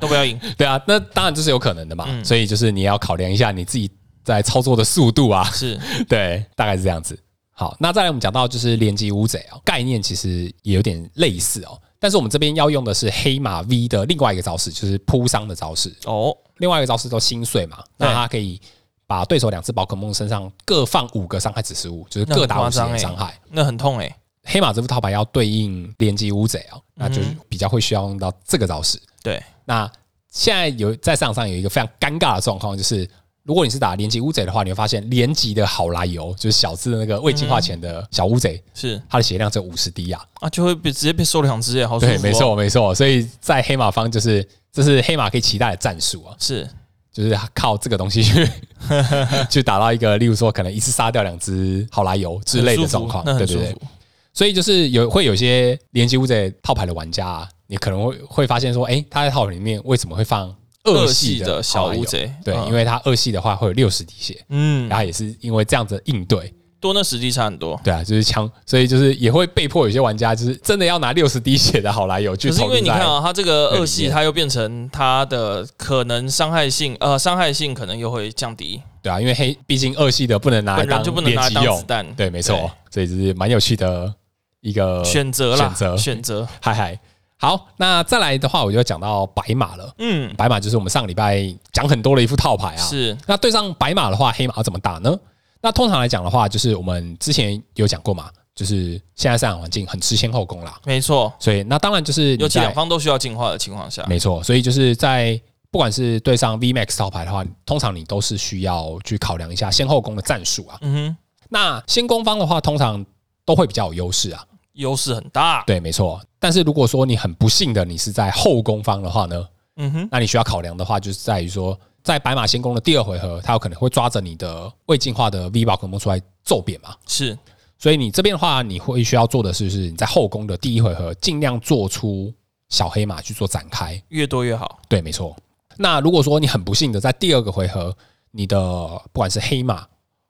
Speaker 1: 都不要赢。
Speaker 2: 对啊，那当然这是有可能的嘛。
Speaker 1: 嗯
Speaker 2: 所以就是你要考量一下你自己在操作的速度啊，
Speaker 1: 是，
Speaker 2: 对，大概是这样子。好，那再来我们讲到就是连击乌贼哦，概念其实也有点类似哦，但是我们这边要用的是黑马 V 的另外一个招式，就是扑伤的招式。
Speaker 1: 哦，
Speaker 2: 另外一个招式叫心碎嘛，那
Speaker 1: 对
Speaker 2: 它可以把对手两只宝可梦身上各放五个伤害指示物，就是各打五十
Speaker 1: 那很夸张
Speaker 2: 点
Speaker 1: 欸
Speaker 2: 伤害。
Speaker 1: 那很痛诶、欸
Speaker 2: 黑马这副套牌要对应连击乌贼哦，那就是比较会需要用到这个招式。
Speaker 1: 嗯对，
Speaker 2: 那现在有在市场上有一个非常尴尬的状况，就是如果你是打连级乌贼的话，你会发现连级的好来由就是小智的那个未进化前的小乌贼，
Speaker 1: 是
Speaker 2: 它的血量只有五十滴啊。
Speaker 1: 啊，就会被直接被收两只欸诶，好舒服、哦
Speaker 2: 对，没，错没错，所以在黑马方就是这是黑马可以期待的战术啊，
Speaker 1: 是
Speaker 2: 就是靠这个东 西去去打到一个，例如说可能一次杀掉两只好来由之类
Speaker 1: 很
Speaker 2: 的
Speaker 1: 舒
Speaker 2: 状
Speaker 1: 服
Speaker 2: 况，
Speaker 1: 那
Speaker 2: 对
Speaker 1: 很
Speaker 2: 对
Speaker 1: 舒
Speaker 2: 对
Speaker 1: 服。。
Speaker 2: 所以就是有会有些连击乌贼套牌的玩家、啊，你可能会会发现说，诶，他在套牌里面为什么会放二
Speaker 1: 恶
Speaker 2: 系
Speaker 1: 系
Speaker 2: 的
Speaker 1: 的
Speaker 2: 好
Speaker 1: 小
Speaker 2: 玩友
Speaker 1: 乌？贼，
Speaker 2: 对，
Speaker 1: 嗯
Speaker 2: 因为他二系的话会有六十滴血，
Speaker 1: 嗯
Speaker 2: 然，后也是因为这样子的应对，
Speaker 1: 多那实际差很多。
Speaker 2: 对啊，就是枪，所以就是也会被迫有些玩家就是真的要拿六十滴血的好来友去
Speaker 1: 可是
Speaker 2: 投
Speaker 1: 因为
Speaker 2: 入
Speaker 1: 你看
Speaker 2: 在。
Speaker 1: 啊，它这个二系，
Speaker 2: 对
Speaker 1: 它又变成它的可能伤害性，呃，伤害性可能又会降低，
Speaker 2: 对啊，因为黑毕竟二系的不能拿来
Speaker 1: 本人
Speaker 2: 当
Speaker 1: 就不能拿来
Speaker 2: 连
Speaker 1: 当
Speaker 2: 击用
Speaker 1: 子，弹。
Speaker 2: 对，没错，所以就是蛮有趣的一个
Speaker 1: 选择啦，
Speaker 2: 选择
Speaker 1: 选择，
Speaker 2: 嗨嗨。好，那再来的话，我就要讲到白马了。
Speaker 1: 嗯，
Speaker 2: 白马就是我们上个礼拜讲很多的一副套牌啊。
Speaker 1: 是
Speaker 2: 那对上白马的话，黑马要怎么打呢？那通常来讲的话，就是我们之前有讲过嘛，就是现在赛场环境很吃先后攻啦，
Speaker 1: 没错。
Speaker 2: 所以那当然就是
Speaker 1: 尤
Speaker 2: 你
Speaker 1: 其两
Speaker 2: 在
Speaker 1: 方都需要进化的情况下，
Speaker 2: 没错，所以就是在不管是对上 VMAX 套牌的话，通常你都是需要去考量一下先后攻的战术啊。
Speaker 1: 嗯
Speaker 2: 那先攻方的话，通常都会比较有优势啊。
Speaker 1: 哼，优势很大。
Speaker 2: 对，没错。但是如果说你很不幸的你是在后攻方的话呢，
Speaker 1: 嗯哼，
Speaker 2: 那你需要考量的话，就是在于说，在白马先攻的第二回合，它有可能会抓着你的未进化的 V 宝可梦出来揍扁嘛。
Speaker 1: 是
Speaker 2: 所以你这边的话，你会需要做的是，是你在后攻的第一回合尽量做出小黑马去做展开。
Speaker 1: 越多越好。
Speaker 2: 对，没错。那如果说你很不幸的在第二个回合，你的不管是黑马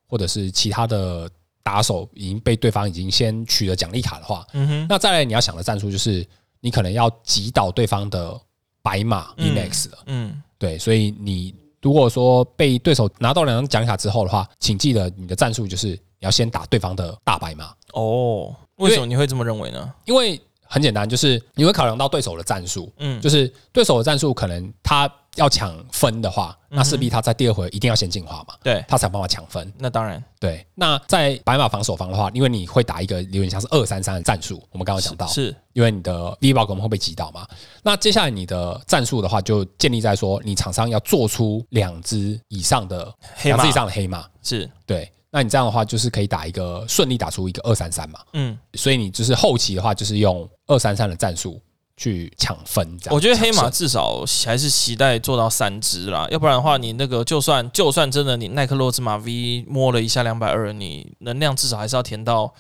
Speaker 2: 或者是其他的打手已经被对方已经先取了奖励卡的话，
Speaker 1: 嗯哼，
Speaker 2: 那再来你要想的战术就是你可能要击倒对方的白马 e
Speaker 1: 嗯
Speaker 2: m a x 了。
Speaker 1: 嗯
Speaker 2: 对，所以你如果说被对手拿到两张奖励卡之后的话，请记得你的战术就是你要先打对方的大白马，
Speaker 1: 哦，为什么你会这么认为呢？
Speaker 2: 因为很简单，就是你会考量到对手的战术，
Speaker 1: 嗯，
Speaker 2: 就是对手的战术可能他要抢分的话，
Speaker 1: 嗯
Speaker 2: 那势必他在第二回合一定要先进化嘛，
Speaker 1: 对，
Speaker 2: 他才有办法抢分。
Speaker 1: 那当然
Speaker 2: 对，那在白马防守方的话，因为你会打一个有点像是二三三的战术，我们刚刚讲到，
Speaker 1: 是
Speaker 2: 因为你的 V 宝可能会被击倒嘛。那接下来你的战术的话，就建立在说你场上要做出两只以上的
Speaker 1: 黑
Speaker 2: 两
Speaker 1: 马
Speaker 2: 只以上的黑马，
Speaker 1: 是，
Speaker 2: 对。那你这样的话，就是可以打一个顺利打出一个二三三嘛。
Speaker 1: 嗯，
Speaker 2: 所以你就是后期的话，就是用二三三的战术去抢分。这样，
Speaker 1: 我觉得黑
Speaker 2: 抢
Speaker 1: 马
Speaker 2: 胜
Speaker 1: 至少还是期待做到三只啦，要不然的话，你那个就算就算真的你耐克洛兹马 V 摸了一下两百二，你能量至少还是要填到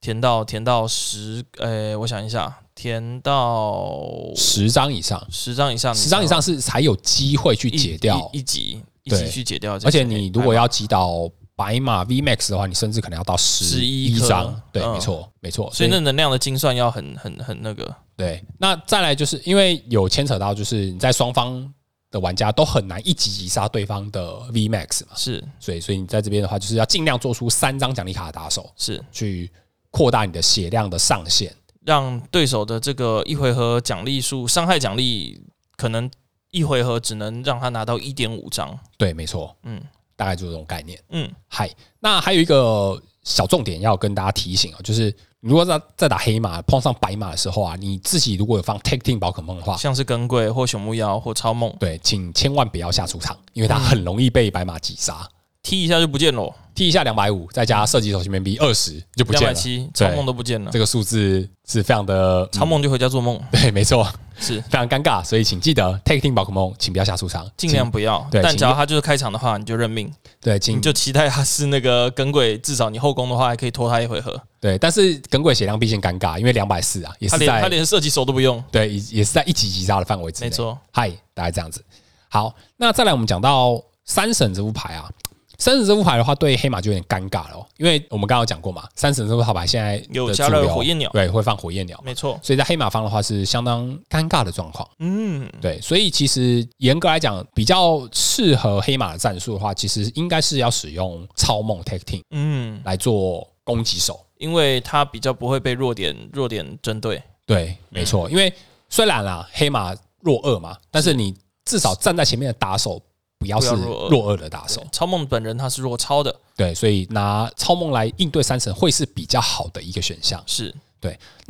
Speaker 1: 填到填到十，呃，我想一下，填到
Speaker 2: 十张以上，
Speaker 1: 十张以上，
Speaker 2: 十张以上是才有机会去
Speaker 1: 一
Speaker 2: 解掉
Speaker 1: 一。一级一
Speaker 2: 对
Speaker 1: 级去解掉这
Speaker 2: 而
Speaker 1: 些
Speaker 2: 且
Speaker 1: 黑马，
Speaker 2: 你如果要击倒白马 V Max 的话，你甚至可能要到十一
Speaker 1: 11
Speaker 2: 张
Speaker 1: 颗。
Speaker 2: 对，
Speaker 1: 嗯
Speaker 2: 没错，没错。
Speaker 1: 所以那能量的精算要很很很那个，
Speaker 2: 对，那再来就是因为有牵扯到，就是你在双方的玩家都很难一击击杀对方的 V Max 嘛，
Speaker 1: 是
Speaker 2: 所以所以你在这边的话，就是要尽量做出三张奖励卡的打手，
Speaker 1: 是
Speaker 2: 去扩大你的血量的上限。
Speaker 1: 让对手的这个一回合奖励数伤害奖励可能一回合只能让他拿到一点五张，
Speaker 2: 对，没错，
Speaker 1: 嗯
Speaker 2: 大概就是这种概念。
Speaker 1: 嗯
Speaker 2: 嗨，那还有一个小重点要跟大家提醒啊，就是你如果在在打黑马碰上白马的时候啊，你自己如果有放 Take Team 宝可梦的话，
Speaker 1: 像是耿鬼或朽木妖或超梦，
Speaker 2: 对，请千万不要下出场，因为它很容易被白马击杀。嗯
Speaker 1: 踢一下就不见了，
Speaker 2: 踢一下两百五，再加射击手型面币二十就不
Speaker 1: 两百
Speaker 2: 见了。
Speaker 1: 七
Speaker 2: 对
Speaker 1: 超梦都不见了
Speaker 2: 这，个数字是非常的
Speaker 1: 超、梦就回家做梦，
Speaker 2: 嗯对，没错，
Speaker 1: 是
Speaker 2: 非常尴尬，所以请记得 Take Team 宝可梦，请不要下出场，
Speaker 1: 尽量不要。
Speaker 2: 对
Speaker 1: 但
Speaker 2: 请
Speaker 1: 只要他就是开场的话，你就认命，
Speaker 2: 请对，请
Speaker 1: 你就期待他是那个耿鬼，至少你后宫的话还可以拖他一回合，
Speaker 2: 对，但是耿鬼血量毕竟尴尬，因为两百四啊，也
Speaker 1: 他
Speaker 2: 是
Speaker 1: 连他
Speaker 2: 在
Speaker 1: 连射击手都不用，
Speaker 2: 对，也也是在一级击杀的范围之内。
Speaker 1: 没错，
Speaker 2: 嗨，大概这样子。好，那再来我们讲到三神这副牌啊，三神这副牌的话，对黑马就有点尴尬了哦、因为我们刚刚有讲过嘛，三神这副牌现在的
Speaker 1: 有加
Speaker 2: 主
Speaker 1: 了
Speaker 2: 流
Speaker 1: 火焰鸟
Speaker 2: 对，会放火焰鸟，
Speaker 1: 没错，
Speaker 2: 所以在黑马方的话是相当尴尬的状况。
Speaker 1: 嗯，
Speaker 2: 对，所以其实严格来讲，比较适合黑马的战术的话，其实应该是要使用超梦 t a k t i n g
Speaker 1: 嗯，
Speaker 2: 来做攻击手。
Speaker 1: 因为他比较不会被弱点弱点针对，
Speaker 2: 对，没
Speaker 1: 嗯
Speaker 2: 错，因为虽然啦，黑马弱二嘛，但是你至少站在前面的打手不要是
Speaker 1: 不要弱二
Speaker 2: 弱二的打手，
Speaker 1: 超梦本人他是弱超的，
Speaker 2: 对，所以拿超梦来应对三神会是比较好的一个选项。
Speaker 1: 是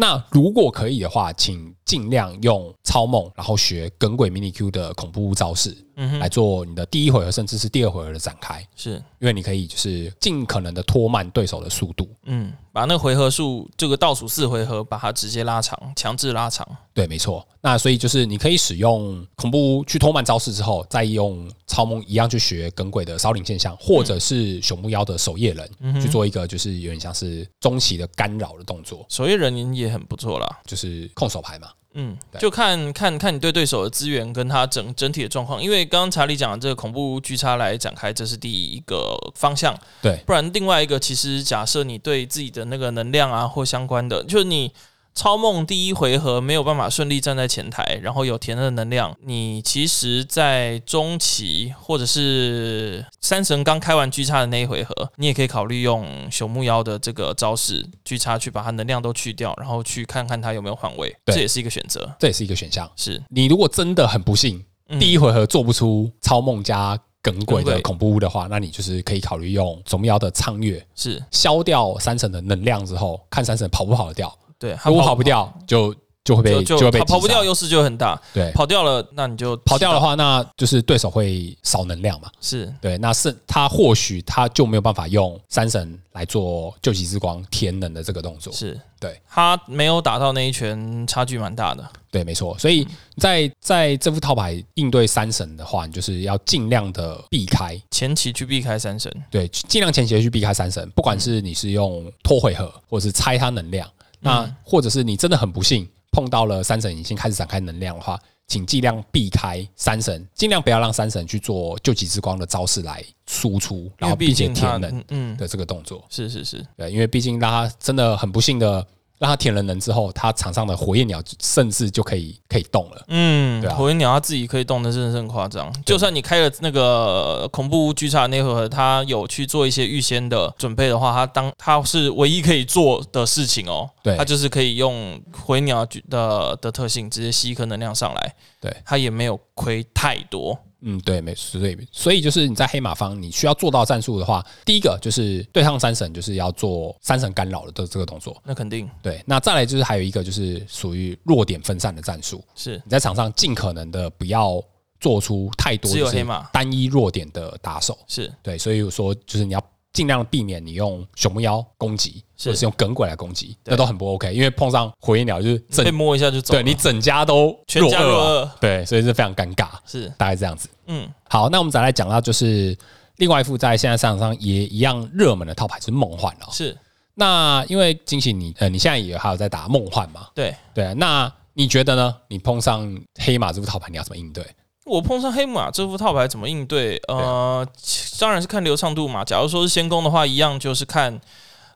Speaker 2: 那如果可以的话，请尽量用超梦，然后学耿鬼 mini Q 的恐怖招式
Speaker 1: 嗯哼
Speaker 2: 来做你的第一回合甚至是第二回合的展开，
Speaker 1: 是，
Speaker 2: 因为你可以就是尽可能的拖慢对手的速度。
Speaker 1: 嗯，把那个回合数这个倒数四回合把它直接拉长，强制拉长，
Speaker 2: 对，没错。那所以就是你可以使用恐怖屋去拖慢招式之后，再用超梦一样去学耿鬼的烧领现象，
Speaker 1: 嗯
Speaker 2: 或者是朽木妖的守夜人、去做一个就是有点像是中期的干扰的动作，
Speaker 1: 守夜人也很不错啦。
Speaker 2: 就是控手牌嘛。
Speaker 1: 嗯，
Speaker 2: 对
Speaker 1: 就看看看你对对手的资源跟他整整体的状况，因为刚刚查理讲的这个恐怖巨差来展开，这是第一个方向。
Speaker 2: 对
Speaker 1: 不然另外一个，其实假设你对自己的那个能量啊或相关的，就是你超梦第一回合没有办法顺利站在前台，然后有填的能量，你其实，在中期或者是三神刚开完巨叉的那一回合，你也可以考虑用朽木妖的这个招式巨叉去把它能量都去掉，然后去看看它有没有换位，
Speaker 2: 对
Speaker 1: 这也是一个选择。
Speaker 2: 这也是一个选项。
Speaker 1: 是
Speaker 2: 你如果真的很不幸，
Speaker 1: 嗯
Speaker 2: 第一回合做不出超梦加耿鬼
Speaker 1: 耿
Speaker 2: 的
Speaker 1: 鬼
Speaker 2: 恐怖屋的话，那你就是可以考虑用朽木妖的苍月
Speaker 1: 是，
Speaker 2: 消掉三神的能量之后，看三神跑不跑得掉。
Speaker 1: 对，他
Speaker 2: 如果跑不掉，就就会被
Speaker 1: 就
Speaker 2: 会
Speaker 1: 就
Speaker 2: 被
Speaker 1: 跑跑不
Speaker 2: 击杀
Speaker 1: 掉，优势就会很大。
Speaker 2: 对。
Speaker 1: 跑掉了，那你就
Speaker 2: 跑掉的
Speaker 1: 话
Speaker 2: 话，那就是对手会少能量嘛。
Speaker 1: 是
Speaker 2: 对，那是他或许他就没有办法用三神来做救急之光天能的这个动作。
Speaker 1: 是，
Speaker 2: 对
Speaker 1: 他没有打到那一拳，差距蛮大的。
Speaker 2: 对，没错。所以在在这副套牌应对三神的话，你就是要尽量的避开，
Speaker 1: 前期去避开三神，
Speaker 2: 对，尽量前期地去避开三神，不
Speaker 1: 嗯
Speaker 2: 管是你是用拖回合，或者是
Speaker 1: 嗯
Speaker 2: 拆他能量，那或者是你真的很不幸碰到了三神已经开始展开能量的话，请尽量避开三神，尽量不要让三神去做救急之光的招式来输出，然后并且
Speaker 1: 他
Speaker 2: 填人
Speaker 1: 嗯嗯，
Speaker 2: 的这个动作。
Speaker 1: 是是是，
Speaker 2: 对，因为毕竟让他真的很不幸的让他填了人之后，他场上的火焰鸟甚至就可以可以动了。
Speaker 1: 嗯
Speaker 2: 对，啊
Speaker 1: 火焰鸟它自己可以动的真的是很夸张。就算你开了那个恐怖巨叉的内核，它有去做一些预先的准备的话，它当它是唯一可以做的事情哦。
Speaker 2: 对
Speaker 1: 它就是可以用火焰鸟巨的的特性直接吸一颗能量上来，
Speaker 2: 对
Speaker 1: 它也没有亏太多。
Speaker 2: 嗯，对，没所以所以就是你在黑马方你需要做到战术的话，第一个就是对抗三神，就是要做三神干扰的这个动作。
Speaker 1: 那肯定
Speaker 2: 对，那再来就是还有一个就是属于弱点分散的战术，
Speaker 1: 是
Speaker 2: 你在场上尽可能的不要做出太多
Speaker 1: 只有
Speaker 2: 就
Speaker 1: 黑
Speaker 2: 是
Speaker 1: 马
Speaker 2: 单一弱点的打手。
Speaker 1: 是
Speaker 2: 对，所以我说就是你要尽量避免你用熊木腰攻击，
Speaker 1: 是
Speaker 2: 或者是用耿鬼来攻击，
Speaker 1: 对
Speaker 2: 那都很不 OK，因为碰上火焰鸟就是
Speaker 1: 被
Speaker 2: 整
Speaker 1: 摸一下就走了，
Speaker 2: 对你整家都
Speaker 1: 全家
Speaker 2: 二
Speaker 1: 弱
Speaker 2: 啊
Speaker 1: 二
Speaker 2: 对，所以是非常尴尬，
Speaker 1: 是
Speaker 2: 大概这样子。
Speaker 1: 嗯
Speaker 2: 好，那我们再来讲到就是另外一副在现在市场上也一样热门的套牌就是梦幻哦。
Speaker 1: 是
Speaker 2: 那因为惊喜你呃你现在也还有在打梦幻嘛？
Speaker 1: 对。
Speaker 2: 对啊，那你觉得呢？你碰上黑马这副套牌，你要怎么应对？
Speaker 1: 我碰上黑马这副套牌怎么应对？呃，
Speaker 2: 啊
Speaker 1: 其当然是看流畅度嘛。假如说是先攻的话，一样就是看，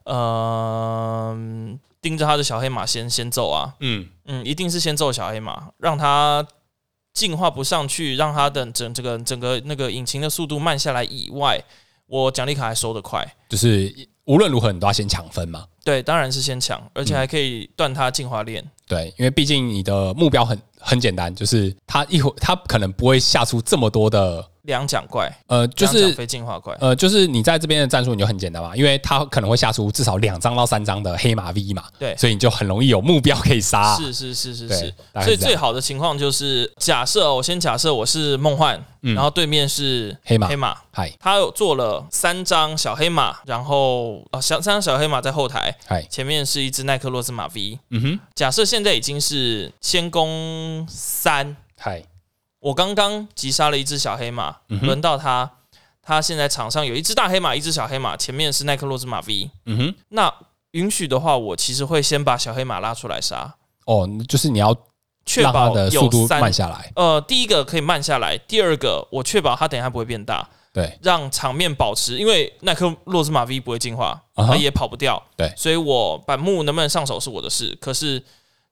Speaker 1: 呃，盯着他的小黑马先先揍啊。
Speaker 2: 嗯，
Speaker 1: 嗯，一定是先揍小黑马，让他进化不上去，让他的整这个整个那个引擎的速度慢下来以外，我奖励卡还收得快。
Speaker 2: 就是无论如何你都要先抢分嘛。
Speaker 1: 对，当然是先抢，而
Speaker 2: 嗯
Speaker 1: 且还可以断他进化链。
Speaker 2: 对，因为毕竟你的目标很很简单，就是他一会他可能不会下出这么多的
Speaker 1: 两奖怪，
Speaker 2: 呃，就
Speaker 1: 两奖
Speaker 2: 是
Speaker 1: 非进化怪。
Speaker 2: 呃，就是你在这边的战术你就很简单嘛，因为他可能会下出至少两张到三张的黑马 V 嘛，
Speaker 1: 对
Speaker 2: 所以你就很容易有目标可以杀啊、
Speaker 1: 是是是是
Speaker 2: 对
Speaker 1: 是，
Speaker 2: 大概
Speaker 1: 所以
Speaker 2: 是这
Speaker 1: 最
Speaker 2: 样。
Speaker 1: 好的情况就是假设哦我先假设我是梦幻，
Speaker 2: 嗯
Speaker 1: 然后对面是
Speaker 2: 黑马
Speaker 1: 黑马。
Speaker 2: 嗨
Speaker 1: 他有做了三张小黑马，然后呃小三张小黑马在后台，
Speaker 2: 嗨，
Speaker 1: 前面是一只耐克洛兹马 V。
Speaker 2: 嗯哼，
Speaker 1: 假设现在已经是先攻三，
Speaker 2: 嗨，
Speaker 1: 我刚刚击杀了一只小黑马，
Speaker 2: 嗯
Speaker 1: 轮
Speaker 2: 哼，
Speaker 1: 到他，他现在场上有一只大黑马，一只小黑马，前面是耐克洛兹马 V。
Speaker 2: 嗯哼，
Speaker 1: 那允许的话，我其实会先把小黑马拉出来杀，
Speaker 2: 哦，就是你要
Speaker 1: 确
Speaker 2: 让他
Speaker 1: 保
Speaker 2: 的速
Speaker 1: 有
Speaker 2: 度
Speaker 1: 三
Speaker 2: 慢下来，
Speaker 1: 呃，第一个可以慢下来，第二个我确保它等一下不会变大，
Speaker 2: 对，
Speaker 1: 让场面保持，因为那颗洛兹玛 V 不会进化，
Speaker 2: 啊
Speaker 1: 它
Speaker 2: 哈
Speaker 1: 也跑不掉，
Speaker 2: 对
Speaker 1: 所以我板木能不能上手是我的事，可是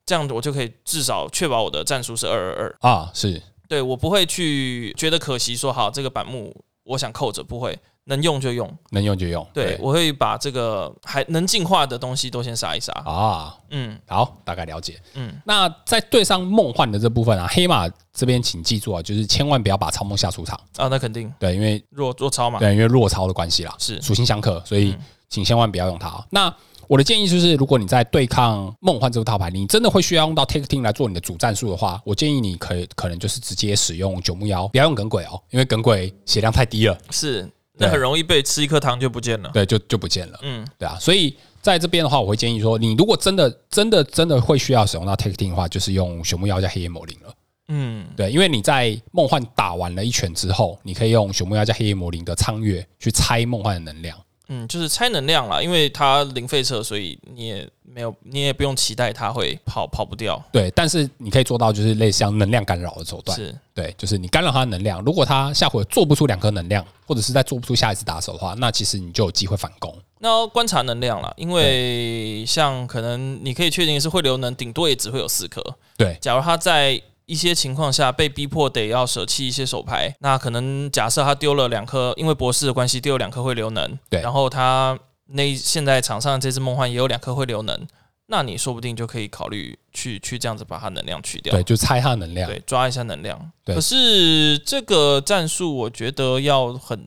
Speaker 1: 这样我就可以至少确保我的战术是二二二，
Speaker 2: 啊，是，
Speaker 1: 对我不会去觉得可惜说好这个板木我想扣着，不会能用就用，
Speaker 2: 能用就用，
Speaker 1: 对我会把这个还能进化的东西都先杀一杀，
Speaker 2: 啊，
Speaker 1: 嗯
Speaker 2: 好，大概了解。
Speaker 1: 嗯，
Speaker 2: 那在对上梦幻的这部分啊，黑马这边请记住啊，就是千万不要把超梦下出场，
Speaker 1: 啊那肯定
Speaker 2: 对，因为
Speaker 1: 弱弱超嘛，
Speaker 2: 对，因为弱超的关系啦，
Speaker 1: 是
Speaker 2: 属性相克，所以
Speaker 1: 嗯
Speaker 2: 请千万不要用它哦、那我的建议就是，如果你在对抗梦幻这副套牌，你真的会需要用到 Take Team 来做你的主战术的话，我建议你可以可能就是直接使用九木妖，不要用耿鬼哦，因为耿鬼血量太低了，
Speaker 1: 是那
Speaker 2: 对
Speaker 1: 很容易被吃一颗糖就不见了，
Speaker 2: 对，就就不见了。
Speaker 1: 嗯。
Speaker 2: 对啊，所以在这边的话，我会建议说，你如果真的、真的、真的会需要使用到 Take Team 的话，就是用熊木妖加黑夜魔灵了。
Speaker 1: 嗯，
Speaker 2: 对，因为你在梦幻打完了一拳之后，你可以用熊木妖加黑夜魔灵的苍月去拆梦幻的能量。
Speaker 1: 嗯，就是拆能量啦，因为它零费车，所以你也没有，你也不用期待它会跑跑不掉。
Speaker 2: 对，但是你可以做到就是类似像能量干扰的手段。
Speaker 1: 是，
Speaker 2: 对，就是你干扰它的能量，如果它下回做不出两颗能量，或者是再做不出下一次打手的话，那其实你就有机会反攻。
Speaker 1: 那要观察能量啦，因为像可能你可以确定是汇流能，顶多也只会有四颗。
Speaker 2: 对，
Speaker 1: 假如它在一些情况下被逼迫得要舍弃一些手牌，那可能假设它丢了两颗，因为博士的关系丢了两颗汇流能，
Speaker 2: 对
Speaker 1: 然后它那现在场上这只梦幻也有两颗汇流能，那你说不定就可以考虑去去这样子把它能量去掉。
Speaker 2: 对，就拆它的能量。
Speaker 1: 啊对，抓一下能量。
Speaker 2: 对
Speaker 1: 可是这个战术我觉得要很，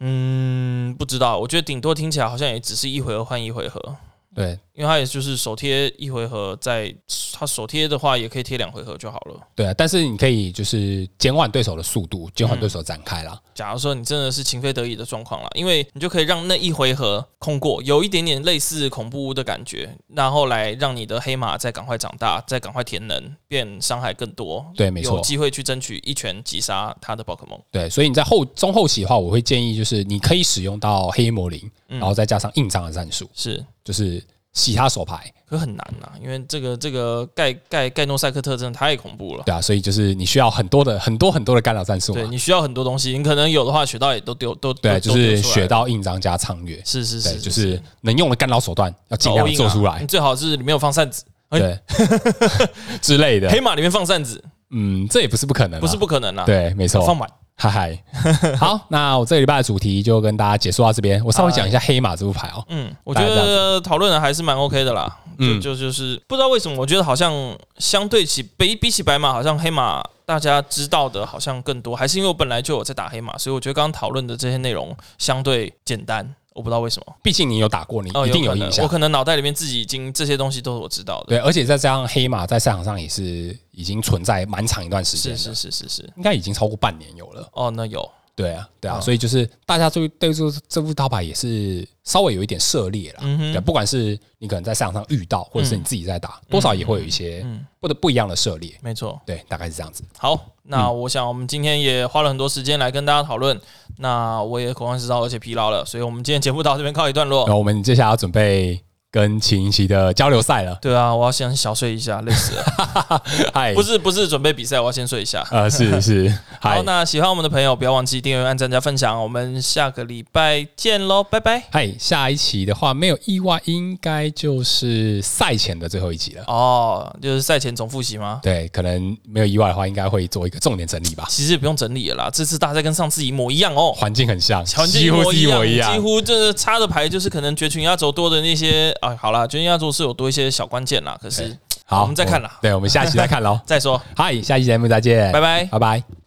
Speaker 1: 嗯，不知道。我觉得顶多听起来好像也只是一回合换一回合，
Speaker 2: 对，
Speaker 1: 因为它也就是手贴一回合在，它手贴的话也可以贴两回合就好了。
Speaker 2: 对啊，但是你可以就是减缓对手的速度，减缓对手展开啦。
Speaker 1: 假如说你真的是情非得已的状况了，因为你就可以让那一回合空过，有一点点类似恐怖屋的感觉，然后来让你的黑马再赶快长大，再赶快填能，变伤害更多，
Speaker 2: 对，没错，
Speaker 1: 有机会去争取一拳击杀他的宝可梦。
Speaker 2: 对，所以你在后中后期的话，我会建议就是你可以使用到黑魔灵，
Speaker 1: 嗯
Speaker 2: 然后再加上硬仗的战术，
Speaker 1: 是
Speaker 2: 就是洗他手牌，
Speaker 1: 可很难呐、因为这个这个盖盖盖诺塞克特真的太恐怖了。
Speaker 2: 对啊，所以就是你需要很多的很多很多的干扰战术
Speaker 1: 对
Speaker 2: 嘛，
Speaker 1: 你需要很多东西，你可能有的话学到也都丢都
Speaker 2: 对，啊
Speaker 1: 都
Speaker 2: 就
Speaker 1: 都丢
Speaker 2: 是
Speaker 1: 出来
Speaker 2: 学
Speaker 1: 了
Speaker 2: 到硬章加苍月，
Speaker 1: 是是
Speaker 2: 对，
Speaker 1: 是，
Speaker 2: 就是能用的干扰手段要尽量
Speaker 1: all in 啊
Speaker 2: 做出来
Speaker 1: 你，最好是里面有放扇子，哎
Speaker 2: 对 之类的
Speaker 1: 黑，马里面放扇子
Speaker 2: 嗯，这也不是不可能啊，
Speaker 1: 不是不可能啦，
Speaker 2: 对，没错，
Speaker 1: 放满。
Speaker 2: 嗨嗨， 好，那我这个礼拜的主题就跟大家解说到这边。我稍微讲
Speaker 1: 哎
Speaker 2: 一下黑马这副牌哦，
Speaker 1: 嗯，我
Speaker 2: 大
Speaker 1: 觉
Speaker 2: 概这
Speaker 1: 得讨论的还是蛮 OK 的啦。
Speaker 2: 嗯
Speaker 1: 嗯，就就是不知道为什么，我觉得好像相对起比比起白马，好像黑马大家知道的好像更多，还是因为我本来就有在打黑马，所以我觉得刚刚讨论的这些内容相对简单。我不知道为什么，
Speaker 2: 毕竟你有打过，你
Speaker 1: 哦，
Speaker 2: 一定
Speaker 1: 有可
Speaker 2: 有印
Speaker 1: 能我
Speaker 2: 象。
Speaker 1: 可能脑袋里面自己已经这些东西都是我知道的。
Speaker 2: 对，啊而且再加上黑马在赛场上也是已经存在蛮长一段时间
Speaker 1: 是是
Speaker 2: 了，
Speaker 1: 是是是。
Speaker 2: 应该已经超过半年有了。
Speaker 1: 哦，那有，
Speaker 2: 对啊，对啊，
Speaker 1: 嗯
Speaker 2: 所以就是大家对对这这副套牌也是稍微有一点涉猎啦。
Speaker 1: 嗯哼
Speaker 2: 对，不管是你可能在赛场上遇到，或者是你自己在打，多少也会有一些
Speaker 1: 嗯，
Speaker 2: 或者不一样的涉猎。
Speaker 1: 没错。
Speaker 2: 对，大概是这样子。
Speaker 1: 好，那我想我们今天也花了很多时间来跟大家讨论，那我也口干舌燥，而且疲劳了，所以我们今天节目到这边告一段落
Speaker 2: 然。后我们接下来要准备跟秦一奇的交流赛 了。
Speaker 1: 对啊，我要先小睡一下，累 死了。
Speaker 2: 嗨
Speaker 1: 不，是不是准备比赛，我要先睡一下。
Speaker 2: 呃，是是，嗨
Speaker 1: 好，。那喜欢我们的朋友，不要忘记订阅、按赞、加分享。我们下个礼拜见喽，拜拜。
Speaker 2: 嗨，下一期的话，没有意外，应该就是赛前的最后一集了。
Speaker 1: 哦，就是赛前总复习吗？
Speaker 2: 对，可能没有意外的话，应该会做一个重点整理吧。
Speaker 1: 其实也不用整理了啦，这次大赛跟上次一模一样哦，
Speaker 2: 环境很像，
Speaker 1: 环境
Speaker 2: 几乎是
Speaker 1: 一
Speaker 2: 一模一
Speaker 1: 几
Speaker 2: 样。
Speaker 1: 乎就是插的牌就是可能绝群压轴多的那些啊，好啦，绝群压轴是有多一些小关键啦，可是
Speaker 2: 好，
Speaker 1: 我们再看啦 。
Speaker 2: 对，我们下期再看喽
Speaker 1: 再说，
Speaker 2: 嗨，下期节目再见，
Speaker 1: 拜拜。
Speaker 2: 拜拜。